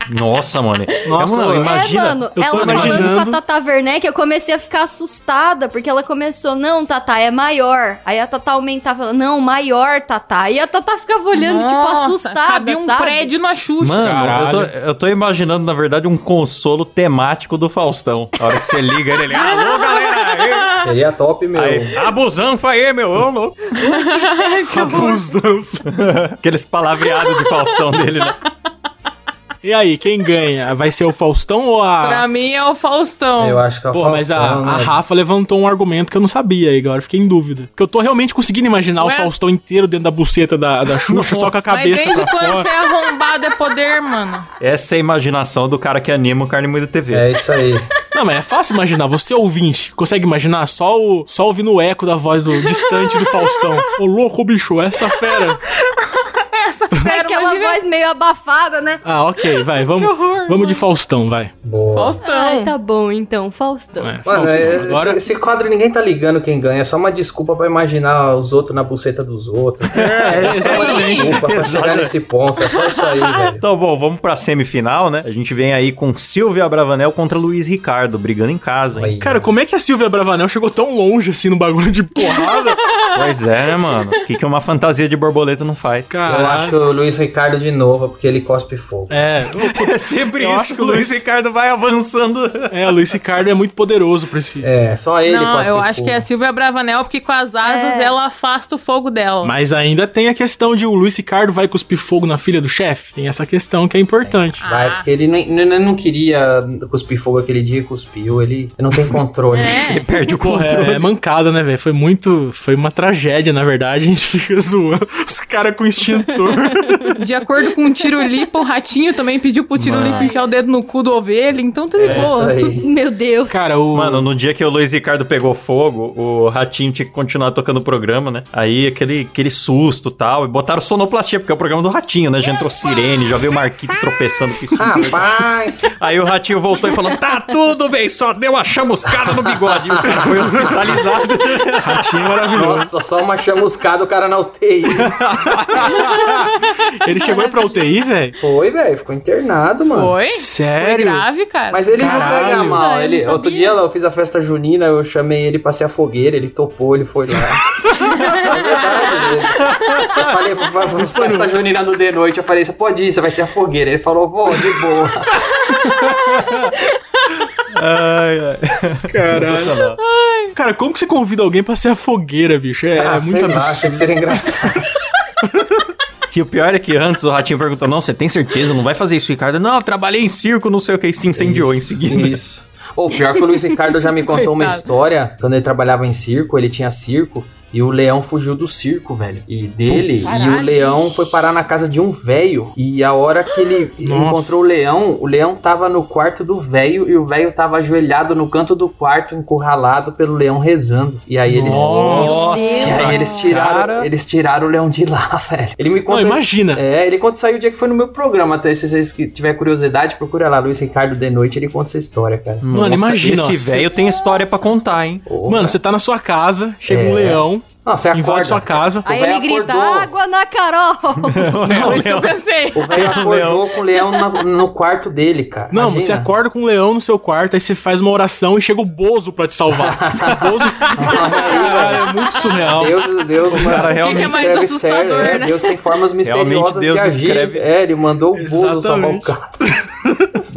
S1: Nossa, mano.
S2: Nossa,
S1: não,
S2: mano.
S1: imagina.
S3: é, mano,
S2: eu tô
S3: ela falando
S2: imaginando-
S3: com a Tata Werneck, eu comecei a ficar assustada, porque ela começou, não, Tata, é maior. Aí a Tata aumentava, não, maior, Tata. E a Tata ficava olhando, tipo,
S5: Nossa,
S3: assustada,
S5: Cabe um
S3: sabe?
S5: prédio na Xuxa.
S1: Mano, eu
S2: Caralho.
S1: tô, eu tô imaginando, na verdade, um consolo temático do Faustão. A hora que você liga ele, ele alô, galera!
S4: Seria top, meu.
S1: Aí, aí, abusanfa aí, meu, ô louco.
S2: Abusança.
S1: Aqueles palavreados de Faustão dele, né?
S2: E aí, quem ganha? Vai ser o Faustão ou
S5: Pra
S2: a.
S5: mim é o Faustão.
S4: Ah. Eu acho que é o
S2: Pô,
S4: Faustão.
S2: mas a, a
S4: né?
S2: Rafa levantou um argumento que eu não sabia aí, agora fiquei em dúvida. Porque eu tô realmente conseguindo imaginar o
S5: Ué?
S2: Faustão inteiro dentro da buceta da, da Xuxa, só com a
S5: Mas
S2: cabeça
S5: desde
S2: pra
S5: quando
S2: fora.
S5: você é arrombado é poder, mano?
S1: Essa é a imaginação do cara que anima o Carne Moída TV.
S4: É isso aí.
S2: Não, mas é fácil imaginar. Você ouvinte, consegue imaginar só, o, só ouvindo o eco da voz do distante do Faustão. Ô, louco, bicho, essa fera.
S5: Essa fera,
S3: Aquela
S5: imagina-
S3: voz meio abafada, né?
S2: Ah, ok, vai, vamos,
S5: Que horror,
S2: vamos de
S5: mano.
S2: Faustão, vai.
S4: Boa.
S5: Faustão.
S3: Ai, tá bom, então, Faustão.
S2: É,
S4: Mano,
S2: Faustão,
S4: é-
S2: agora...
S4: esse, esse quadro ninguém tá ligando quem ganha. É só uma desculpa pra imaginar os outros na buceta dos outros. É, só uma
S5: exatamente.
S4: desculpa pra chegar
S1: Exatamente.
S4: nesse ponto. É só isso aí, velho.
S1: Então, bom, vamos pra semifinal, né? A gente vem aí com Silvia Bravanel contra Luiz Ricardo, brigando em casa, hein?
S4: Aí.
S2: Cara, como é que a Silvia Bravanel chegou tão longe assim no bagulho de porrada?
S1: Pois é, né, mano? O que, que uma fantasia de borboleta não faz?
S4: Eu acho que o Luiz Ricardo de novo, porque ele cospe fogo.
S2: É,
S1: É sempre
S2: Eu acho
S1: isso que o Luiz
S2: isso.
S1: Ricardo vai avançando.
S2: é, o Luiz Ricardo é muito poderoso pra esse.
S4: É, só ele
S5: Não,
S4: cospe
S5: eu
S4: fogo.
S5: acho que é a Silvia Bravanel, porque com as asas
S3: É.
S5: ela afasta o fogo dela.
S2: Mas ainda tem a questão de o Luiz Ricardo vai cuspir fogo na filha do chefe. Tem essa questão que é importante.
S5: Ah.
S4: Vai, porque ele não, ele não queria cuspir fogo aquele dia, cuspiu, ele não tem controle.
S1: Ele perde o
S2: Porra,
S1: controle.
S2: é, é mancada, né, velho? Foi muito. Foi uma tragédia, na verdade. A gente fica zoando os caras com extintor.
S5: De acordo com o Tirolipa, o ratinho também pediu pro Tirolipa enfiar o dedo no cu do ovelha, então tá de
S4: É
S5: boa.
S4: isso aí.
S3: Meu Deus.
S2: Cara, o.
S1: Mano, no dia que o Luiz Ricardo pegou fogo, o Ratinho tinha que continuar tocando o programa, né? Aí aquele, aquele susto e tal. E botaram sonoplastia, porque é o programa do Ratinho, né? Já entrou sirene, já viu o Marquito tropeçando com isso.
S4: Ah. Rapaz,
S1: Aí o Ratinho voltou e falou: tá tudo bem, só deu uma chamuscada no bigode. E o cara foi hospitalizado.
S2: ratinho maravilhoso.
S4: nossa, só uma chamuscada o cara na UTI.
S2: Ele chegou aí pra UTI, velho?
S4: Foi, velho, ficou internado, mano.
S5: Foi? Foi
S2: Sério?
S5: grave, cara.
S4: Mas ele
S2: Caralho.
S4: não pega mal.
S3: Ah, eu
S4: ele,
S3: não
S4: outro
S3: sabia.
S4: dia eu fiz a festa junina, eu chamei ele pra ser a fogueira, ele topou, ele foi lá. é verdade, eu falei, vamos pra festa junina no de noite. Eu falei, você pode ir, você vai ser a fogueira. Ele falou, vou, de boa.
S1: ai, ai. Caralho.
S2: Cara, como que você convida alguém pra ser a fogueira, bicho? É,
S4: Ah,
S2: é muito
S4: sei lá,
S2: absurdo.
S4: achei que seria engraçado.
S1: E o pior é que antes o Ratinho perguntou: não, você tem certeza? Não vai fazer isso, Ricardo? Não, eu trabalhei em circo, não sei o que. E se incendiou em seguida.
S4: Isso. Ou pior que o Luiz Ricardo já me contou uma
S5: Coitado.
S4: história. Quando ele trabalhava em circo, ele tinha circo. E o leão fugiu do circo, velho. E dele. e o
S5: Caralho.
S4: leão foi parar na casa de um velho. E a hora que ele
S2: Nossa.
S4: encontrou o leão, o leão tava no quarto do velho. E o velho tava ajoelhado no canto do quarto, encurralado pelo leão rezando. E aí eles.
S2: Nossa,
S4: E aí eles tiraram,
S1: cara.
S4: eles tiraram o leão de lá, velho. Ele me
S2: Não,
S4: contou essa
S2: imagina.
S4: é, ele conta isso aí o dia que foi no meu programa, até se vocês que tiver curiosidade, procura lá, Luiz Ricardo de Noite, ele conta essa história, cara.
S1: Mano,
S2: Nossa,
S1: imagina.
S2: esse
S1: Esse velho
S2: velho
S1: tem história pra contar, hein?
S2: Mano, você tá na sua casa, chega um
S4: É.
S2: leão,
S4: Não, você acorda.
S2: invade sua casa.
S3: Aí
S4: velho
S3: ele grita,
S4: acordou.
S3: água na Carol.
S5: Foi isso que eu pensei.
S4: O velho acordou com o leão na- no quarto dele, cara.
S2: Não,
S4: Imagina.
S2: você acorda com um leão no seu quarto, aí você faz uma oração e chega o Bozo pra te salvar. Bozo. Caralho, é muito
S1: Ah,
S2: surreal.
S4: Deus, Deus, mano.
S1: cara realmente
S5: mais
S4: escreve
S5: assustador,
S4: sério, é,
S5: né?
S4: Deus tem formas
S1: Realmente
S4: misteriosas
S1: Deus
S4: de agir.
S1: escreve-
S4: É, ele mandou o Bozo
S2: Exatamente.
S4: salvar o cara.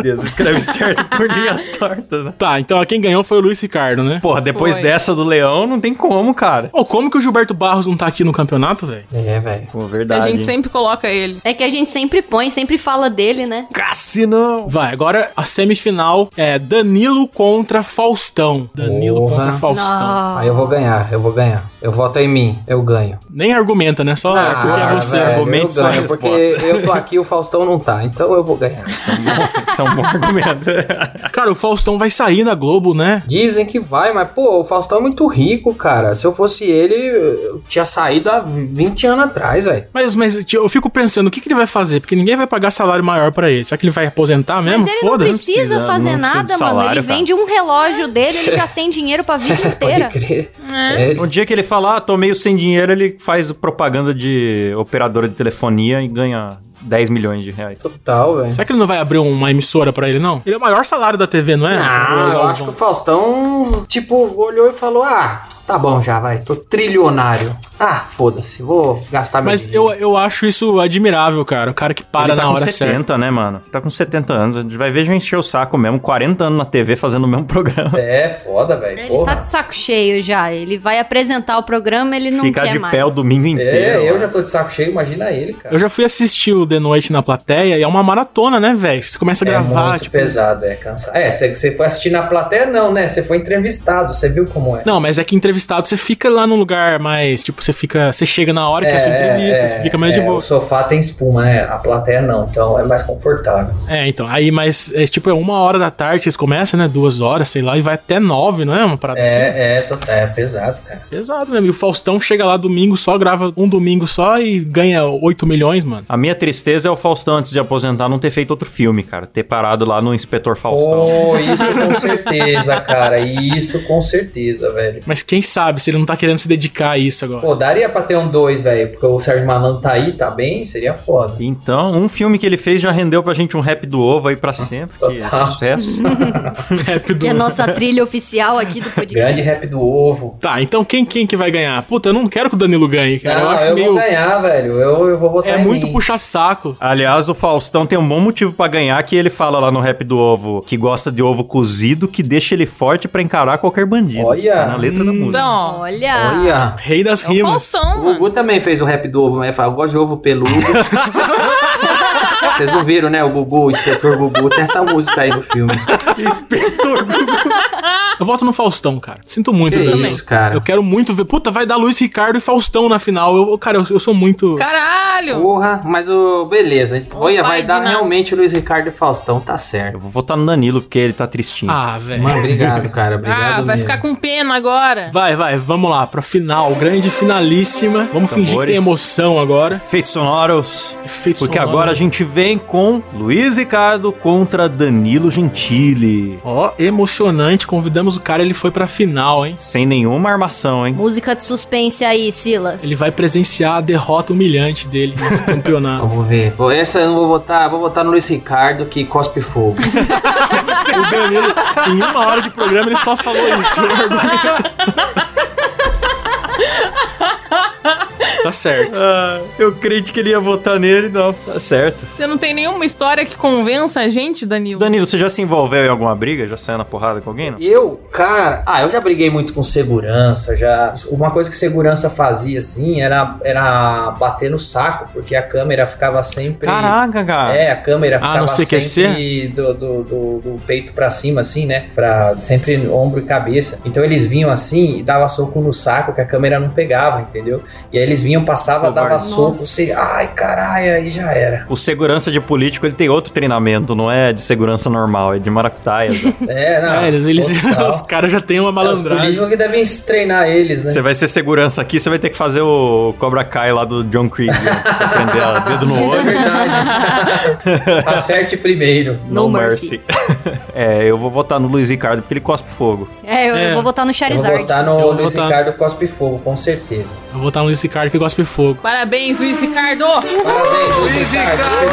S1: Deus, escreve certo por dias tortas. né?
S2: Tá, então ó, quem ganhou foi o Luiz Ricardo, né?
S1: Porra, depois
S5: Foi.
S1: dessa do leão, não tem como, cara.
S2: Ô, como que o Gilberto Barros não tá aqui no campeonato, velho?
S4: É, velho.
S1: Pô,
S5: A
S1: verdade.
S5: gente sempre coloca ele.
S3: É que a gente sempre põe, sempre fala dele, né?
S1: Cassinão!
S2: Vai, agora a semifinal é Danilo contra Faustão. Danilo
S4: Porra.
S2: contra Faustão.
S3: Não.
S4: Aí eu vou ganhar, eu vou ganhar. Eu voto em mim, eu ganho.
S2: Nem argumenta, né? Só é porque é você.
S4: Ah, velho,
S1: argumente
S4: eu
S1: sua
S4: ganho, Porque
S1: resposta.
S4: eu tô aqui, o Faustão não tá, então eu vou ganhar.
S1: Isso é um bom argumento.
S2: Cara, o Faustão vai sair na Globo, né?
S4: Dizem que vai, mas pô, o Faustão é muito rico, cara. Se eu fosse ele, eu tinha saído há 20 anos atrás, velho.
S2: Mas, mas tio, eu fico pensando, o que, que ele vai fazer? Porque ninguém vai pagar salário maior pra ele. Será que ele vai aposentar mesmo?
S3: Mas ele não
S2: Foda-se.
S1: precisa,
S3: precisa
S1: não precisa
S3: fazer
S1: de
S3: nada, mano. Ele
S1: salário, cara.
S3: vende um relógio dele, ele já tem dinheiro pra vida inteira.
S4: Pode crer. É, ele-
S1: Um dia que ele fala, ah, tô meio sem dinheiro, ele faz propaganda de operadora de telefonia e ganha 10 milhões de reais.
S4: total, velho.
S2: Será que ele não vai abrir uma emissora pra ele, não? Ele é o maior salário da TV, não é?
S4: Ah, eu acho que o Faustão, tipo, olhou e falou: Ah, tá bom já, vai, tô trilionário. Ah, foda-se, vou gastar meu
S2: Mas
S4: dinheiro.
S2: eu, eu acho isso admirável, cara. O cara que para
S1: ele tá
S2: na
S1: com
S2: hora
S1: 70,
S2: certa.
S1: né, mano? Tá com 70 anos. A gente vai ver já encher o saco mesmo. 40 anos na TV fazendo o mesmo programa.
S4: É, foda, velho.
S3: Ele tá
S4: Porra.
S3: de saco cheio já. Ele vai apresentar o programa, ele não
S1: Ficar
S3: quer
S1: de
S3: mais.
S1: pé o domingo inteiro.
S4: É, eu já tô de saco cheio, imagina ele, cara.
S2: Eu já fui assistir o The Noite na plateia e é uma maratona, né, velho? Você começa a gravar,
S4: É muito
S2: tipo.
S4: pesado, é cansado. É, você- você foi assistir na plateia, não, né? Você foi entrevistado, você viu como é.
S2: Não, mas é que entrevistado você fica lá num lugar mais. Tipo, você fica. Você chega na hora que é a sua entrevista, você fica mais
S4: é,
S2: de boa.
S4: O sofá tem espuma, né? A plateia não, então é mais confortável.
S2: É, então. Aí, mas, é, tipo, é uma hora da tarde, vocês começam, né? Duas horas, sei lá, e vai até nove, não é? Uma parada assim.
S4: É, é, to- é pesado, cara.
S2: Pesado mesmo. E o Faustão chega lá domingo só, grava um domingo só e ganha 8 milhões, mano.
S1: A minha tristeza é o Faustão, antes de aposentar, não ter feito outro filme, cara. Ter parado lá no Inspetor Faustão.
S4: Pô, isso com certeza, cara. Isso com certeza, velho.
S2: Mas quem sabe se ele não tá querendo se dedicar a isso agora.
S4: Pô, daria pra ter um dois, velho. Porque o Sérgio Malandro tá aí, tá bem, seria foda.
S1: Então, um filme que ele fez já rendeu pra gente um rap do ovo aí pra sempre, que é
S4: Total.
S1: sucesso.
S2: Rap É, do-
S3: E é a nossa trilha oficial aqui do podcast.
S4: Grande rap do ovo.
S2: Tá, então quem, quem que vai ganhar? Puta, eu não quero que o Danilo ganhe, cara.
S4: não,
S2: eu
S4: eu,
S2: acho meio.
S4: vou ganhar, velho. Eu, eu vou botar
S2: É
S4: em
S2: muito
S4: mim.
S2: puxar saco.
S1: Aliás, o Faustão tem um bom motivo pra ganhar, que ele fala lá no rap do ovo que gosta de ovo cozido, que deixa ele forte pra encarar qualquer bandido.
S4: Olha.
S1: Tá na letra da música.
S5: Então,
S3: Olha.
S4: Olha.
S2: Rei das
S5: é o
S2: rimas.
S5: Faustão,
S4: O
S5: mano.
S4: Gugu também fez o rap do ovo, mas ele fala, eu gosto de ovo peludo. Vocês não viram, né? O Gugu, o inspetor Gugu, tem essa música aí no filme.
S1: Inspetor Gugu.
S2: Eu voto no Faustão, cara. Sinto muito,
S4: Que
S2: Danilo.
S4: isso, cara.
S2: Eu quero muito ver. Puta, vai dar Luiz Ricardo e Faustão na final. Eu, eu- cara, eu, eu sou muito.
S5: Caralho!
S4: Porra, mas o. Beleza. Olha,
S5: um. vai
S4: vai dar
S5: de nada.
S4: realmente o Luiz Ricardo e Faustão, tá certo.
S1: Eu vou votar no Danilo, porque ele tá tristinho.
S2: Ah, velho.
S4: Mano, obrigado, cara. Obrigado.
S5: ah, vai
S4: mesmo.
S5: ficar com pena agora.
S2: Vai, vai, vamos lá, pra final, grande finalíssima. Vamos fingir que
S1: Tambores.
S2: tem emoção agora.
S1: Efeitos sonoros.
S2: Efeito
S1: Porque
S2: sonoro.
S1: agora a gente vem com Luiz Ricardo contra Danilo Gentili.
S2: Ó, emocionante, convidamos o cara, ele foi pra final, hein?
S1: Sem nenhuma armação, hein?
S3: Música de suspense aí, Silas.
S2: Ele vai presenciar a derrota humilhante dele nesse campeonato.
S4: Vamos ver. Vou- Essa eu não vou votar. Vou votar no Luiz Ricardo, que cospe fogo.
S2: o Danilo, em uma hora de programa, ele só falou isso. tá certo.
S1: Ah, eu creio que ele ia votar nele, não. Tá certo.
S5: Você não tem nenhuma história que convença a gente, Danilo?
S1: Danilo, você já se envolveu em alguma briga? Já saiu na porrada com alguém? Não?
S4: Eu, cara, ah, eu já briguei muito com segurança, já. Uma coisa que segurança fazia assim era, era bater no saco, porque a câmera ficava sempre.
S1: Caraca, cara.
S4: É, a câmera
S2: Ah, não
S4: ficava
S2: sei que é
S4: sempre do, do, do, do peito pra cima, assim, né? Pra, sempre no ombro e cabeça. Então eles vinham assim e dava soco no saco que a câmera não pegava, entendeu? E aí eles vinham, passava, dava
S1: Covarde.
S4: soco,
S3: Nossa.
S4: você, ai caralho, aí já era.
S1: O segurança de político, ele tem outro treinamento, não é de segurança normal, é de maracutaia. já.
S4: É, não.
S2: É, eles, eles-
S4: total.
S2: os caras já têm uma
S4: É, os
S2: malandragem.
S4: políticos que devem treinar eles, né?
S1: Você vai ser segurança aqui, você vai ter que fazer o Cobra Kai lá do John Creed. né? Você prender a dedo no
S4: É
S1: olho.
S4: verdade. Acerte primeiro.
S3: No mercy.
S1: é, eu vou votar no Luiz Ricardo, porque ele cospe fogo.
S3: É, eu, eu
S2: É.
S3: vou votar no
S4: Eu vou
S3: Charizard.
S4: botar
S2: Eu
S4: no
S2: vou
S4: Luiz
S2: votar.
S4: Ricardo Cospe Fogo, com certeza.
S2: Eu vou botar no Luiz Ricardo que gosta de fogo.
S5: Parabéns, Luiz Ricardo!
S4: Parabéns, Luiz Ricardo.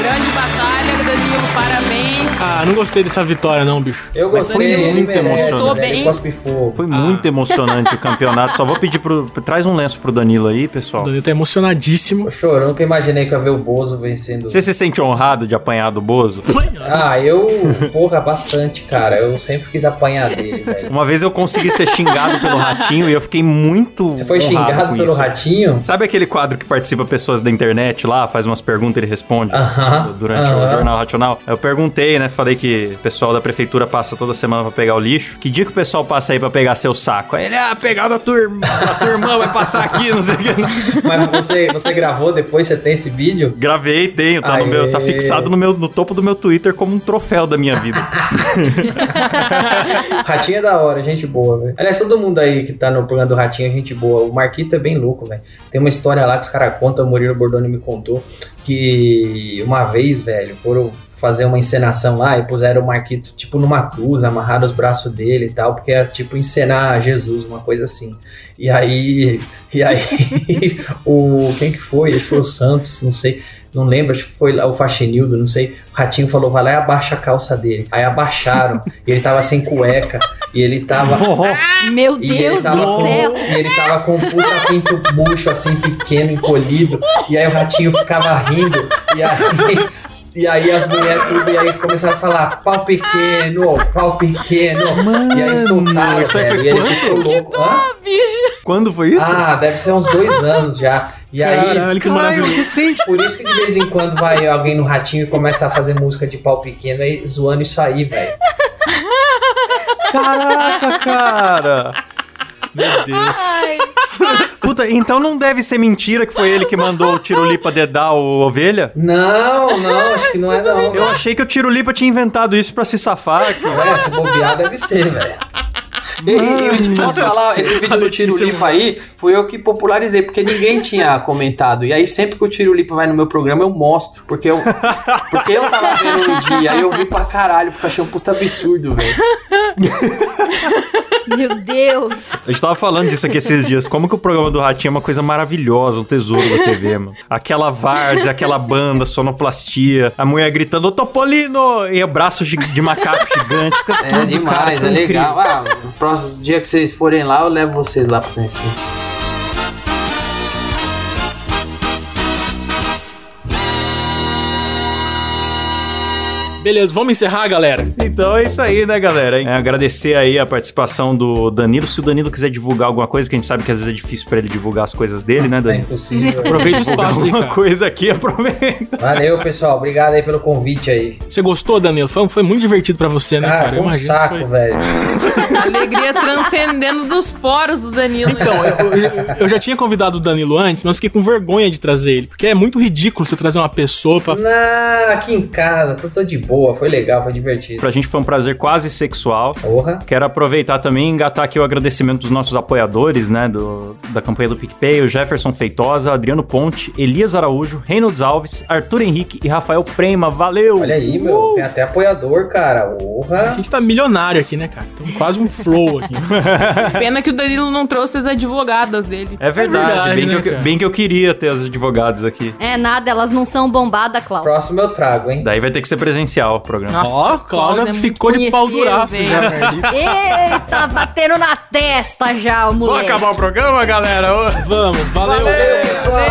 S5: Grande batalha, Danilo, parabéns.
S2: Ah, não gostei dessa vitória não, bicho.
S4: Eu
S1: Mas foi
S4: gostei, ele
S1: muito
S4: merece,
S1: emocionante.
S4: velho,
S5: Tô
S4: Cospe Fogo.
S1: Foi muito emocionante o campeonato. Só vou pedir pro. Traz um lenço pro Danilo aí,
S2: O
S1: pessoal.
S2: Danilo tá emocionadíssimo.
S4: Tô chorando que eu imaginei que eu ia ver o Bozo vencendo.
S1: Você se sente honrado de apanhar do Bozo?
S4: Ah, eu, porra, bastante, cara. Eu sempre quis apanhar dele, velho.
S1: Uma vez eu consegui ser xingado pelo ratinho e eu fiquei muito.
S4: Você foi
S1: honrado
S4: xingado
S1: com
S4: pelo
S1: isso.
S4: ratinho?
S1: Sabe aquele quadro que participa pessoas da internet lá, faz umas perguntas e ele responde?
S4: Aham.
S1: durante
S4: aham.
S1: o Jornal Racional. Eu perguntei, né? Falei que o pessoal da prefeitura passa toda semana pra pegar o lixo. Que dia que o pessoal passa aí pra pegar seu saco? Aí ele, ah, pegar da tua irmã, a tua irmã vai passar aqui, não sei o que.
S4: Mas você, você gravou depois, você tem esse vídeo?
S1: Gravei, tenho, tá, no
S4: Aê.
S1: meu, tá fixado no, meu, no topo do meu Twitter como um troféu da minha vida.
S4: Ratinho é da hora, gente boa, velho. Aliás, todo mundo aí que tá no programa do Ratinho é gente boa. O Marquito é bem louco, velho. Tem uma história lá que os caras contam, o Murilo Bordoni me contou, que uma vez, velho, foram fazer uma encenação lá e puseram o Marquito, tipo, numa cruz, amarraram os braços dele e tal, porque era, tipo, encenar Jesus, uma coisa assim. E aí, e aí, o, quem que foi? Acho que foi o Santos, não sei. Não lembro, acho que foi lá o Faxinildo, não sei. O Ratinho falou, vai lá e abaixa a calça dele. Aí abaixaram, e ele tava sem cueca, e ele tava...
S3: oh. Meu
S4: E tá
S3: Deus do
S4: com,
S3: céu.
S4: E ele tava com um puta pinto bucho, assim, pequeno, encolhido. E aí o ratinho ficava rindo. E aí, e aí as mulheres tudo, e aí começaram a falar pau pequeno, pau pequeno. e aí soltaram,
S1: isso aí
S4: velho,
S1: foi
S4: e ele
S1: quando?
S4: ficou louco. Hã?
S5: Bicho,
S1: Quando foi isso?
S4: Ah, deve ser uns dois anos já. E aí...
S2: Caralho, que maravilhoso.
S1: recente.
S4: Por isso que de vez em quando vai alguém no ratinho e começa a fazer música de pau pequeno aí zoando isso aí, velho.
S1: Caraca, cara.
S2: Meu Deus.
S1: Puta, então não deve ser mentira que foi ele que mandou o Tirulipa dedar o ovelha?
S4: Não, não, acho que não é não.
S1: Eu achei que o Tirulipa tinha inventado isso pra se safar. que-
S4: É, se bobear deve ser, velho. Eu, eu posso falar, esse vídeo do Tiro Lipa aí, fui eu que popularizei, porque ninguém tinha comentado. E aí, sempre que o Tiro Lipa vai no meu programa, eu mostro. Porque eu, porque eu tava vendo um dia, aí eu vi pra caralho, porque eu achei um puta absurdo, velho.
S3: Meu Deus.
S1: A gente tava falando disso aqui esses dias. Como que o programa do Ratinho é uma coisa maravilhosa, um tesouro da TV, mano. Aquela várzea, aquela banda, sonoplastia, a mulher gritando, "Ô, Topolino! E o braço gi- de macaco gigante. Fica tudo,
S4: É
S1: cara,
S4: demais,
S1: tudo
S4: é
S1: incrível.
S4: legal. Ah, o próximo dia que vocês forem lá, eu levo vocês lá pra conhecer.
S2: Beleza, vamos encerrar, galera.
S1: Então é isso aí, né, galera? É, agradecer aí a participação do Danilo. Se o Danilo quiser divulgar alguma coisa, que a gente sabe que às vezes é difícil pra ele divulgar as coisas dele, né,
S4: É
S1: Danilo?
S4: impossível.
S2: Aproveita o
S1: Divulgar
S2: espaço aí,
S1: alguma
S2: cara.
S1: coisa aqui, aproveita.
S4: Valeu, pessoal. Obrigado aí pelo convite aí.
S2: Você gostou, Danilo? Foi, foi muito divertido pra você, né, cara?
S4: Cara, foi um
S2: Imagina,
S4: saco,
S2: foi-
S4: velho.
S5: Alegria transcendendo dos poros do Danilo.
S2: Então, eu, eu já- eu já tinha convidado o Danilo antes, mas fiquei com vergonha de trazer ele. Porque é muito ridículo você trazer uma pessoa pra.
S4: Não, aqui em casa, tô, tô de boa, foi legal, foi divertido.
S1: Pra gente foi um prazer quase sexual.
S4: Porra.
S1: Quero aproveitar também e engatar aqui o agradecimento dos nossos apoiadores, né? do- da campanha do PicPay, o Jefferson Feitosa, Adriano Ponte, Elias Araújo, Reynolds Alves, Arthur Henrique e Rafael Prema. Valeu!
S4: Olha aí,
S1: Uh!
S4: meu, tem até apoiador, cara.
S2: A
S4: Porra.
S2: gente tá milionário aqui, né, cara? Tem quase um flow aqui. é-
S5: Pena que o Danilo não trouxe as advogadas dele.
S1: É verdade,
S2: verdade,
S1: bem,
S2: né,
S1: que eu,
S2: cara?
S1: bem que eu queria ter os advogados aqui.
S3: É nada, elas não são bombadas, Cláudio.
S4: Próximo eu trago, hein?
S1: Daí vai ter que ser presencial o programa.
S2: Ó, Cláudia
S5: Cláudio é
S2: ficou
S5: muito
S2: de pau
S5: punheteiro,
S2: duraço
S5: velho.
S2: já, velho.
S3: Eita, batendo na tá testa já o moleque.
S1: o programa, galera?
S2: Vamos, valeu.
S4: Pessoal,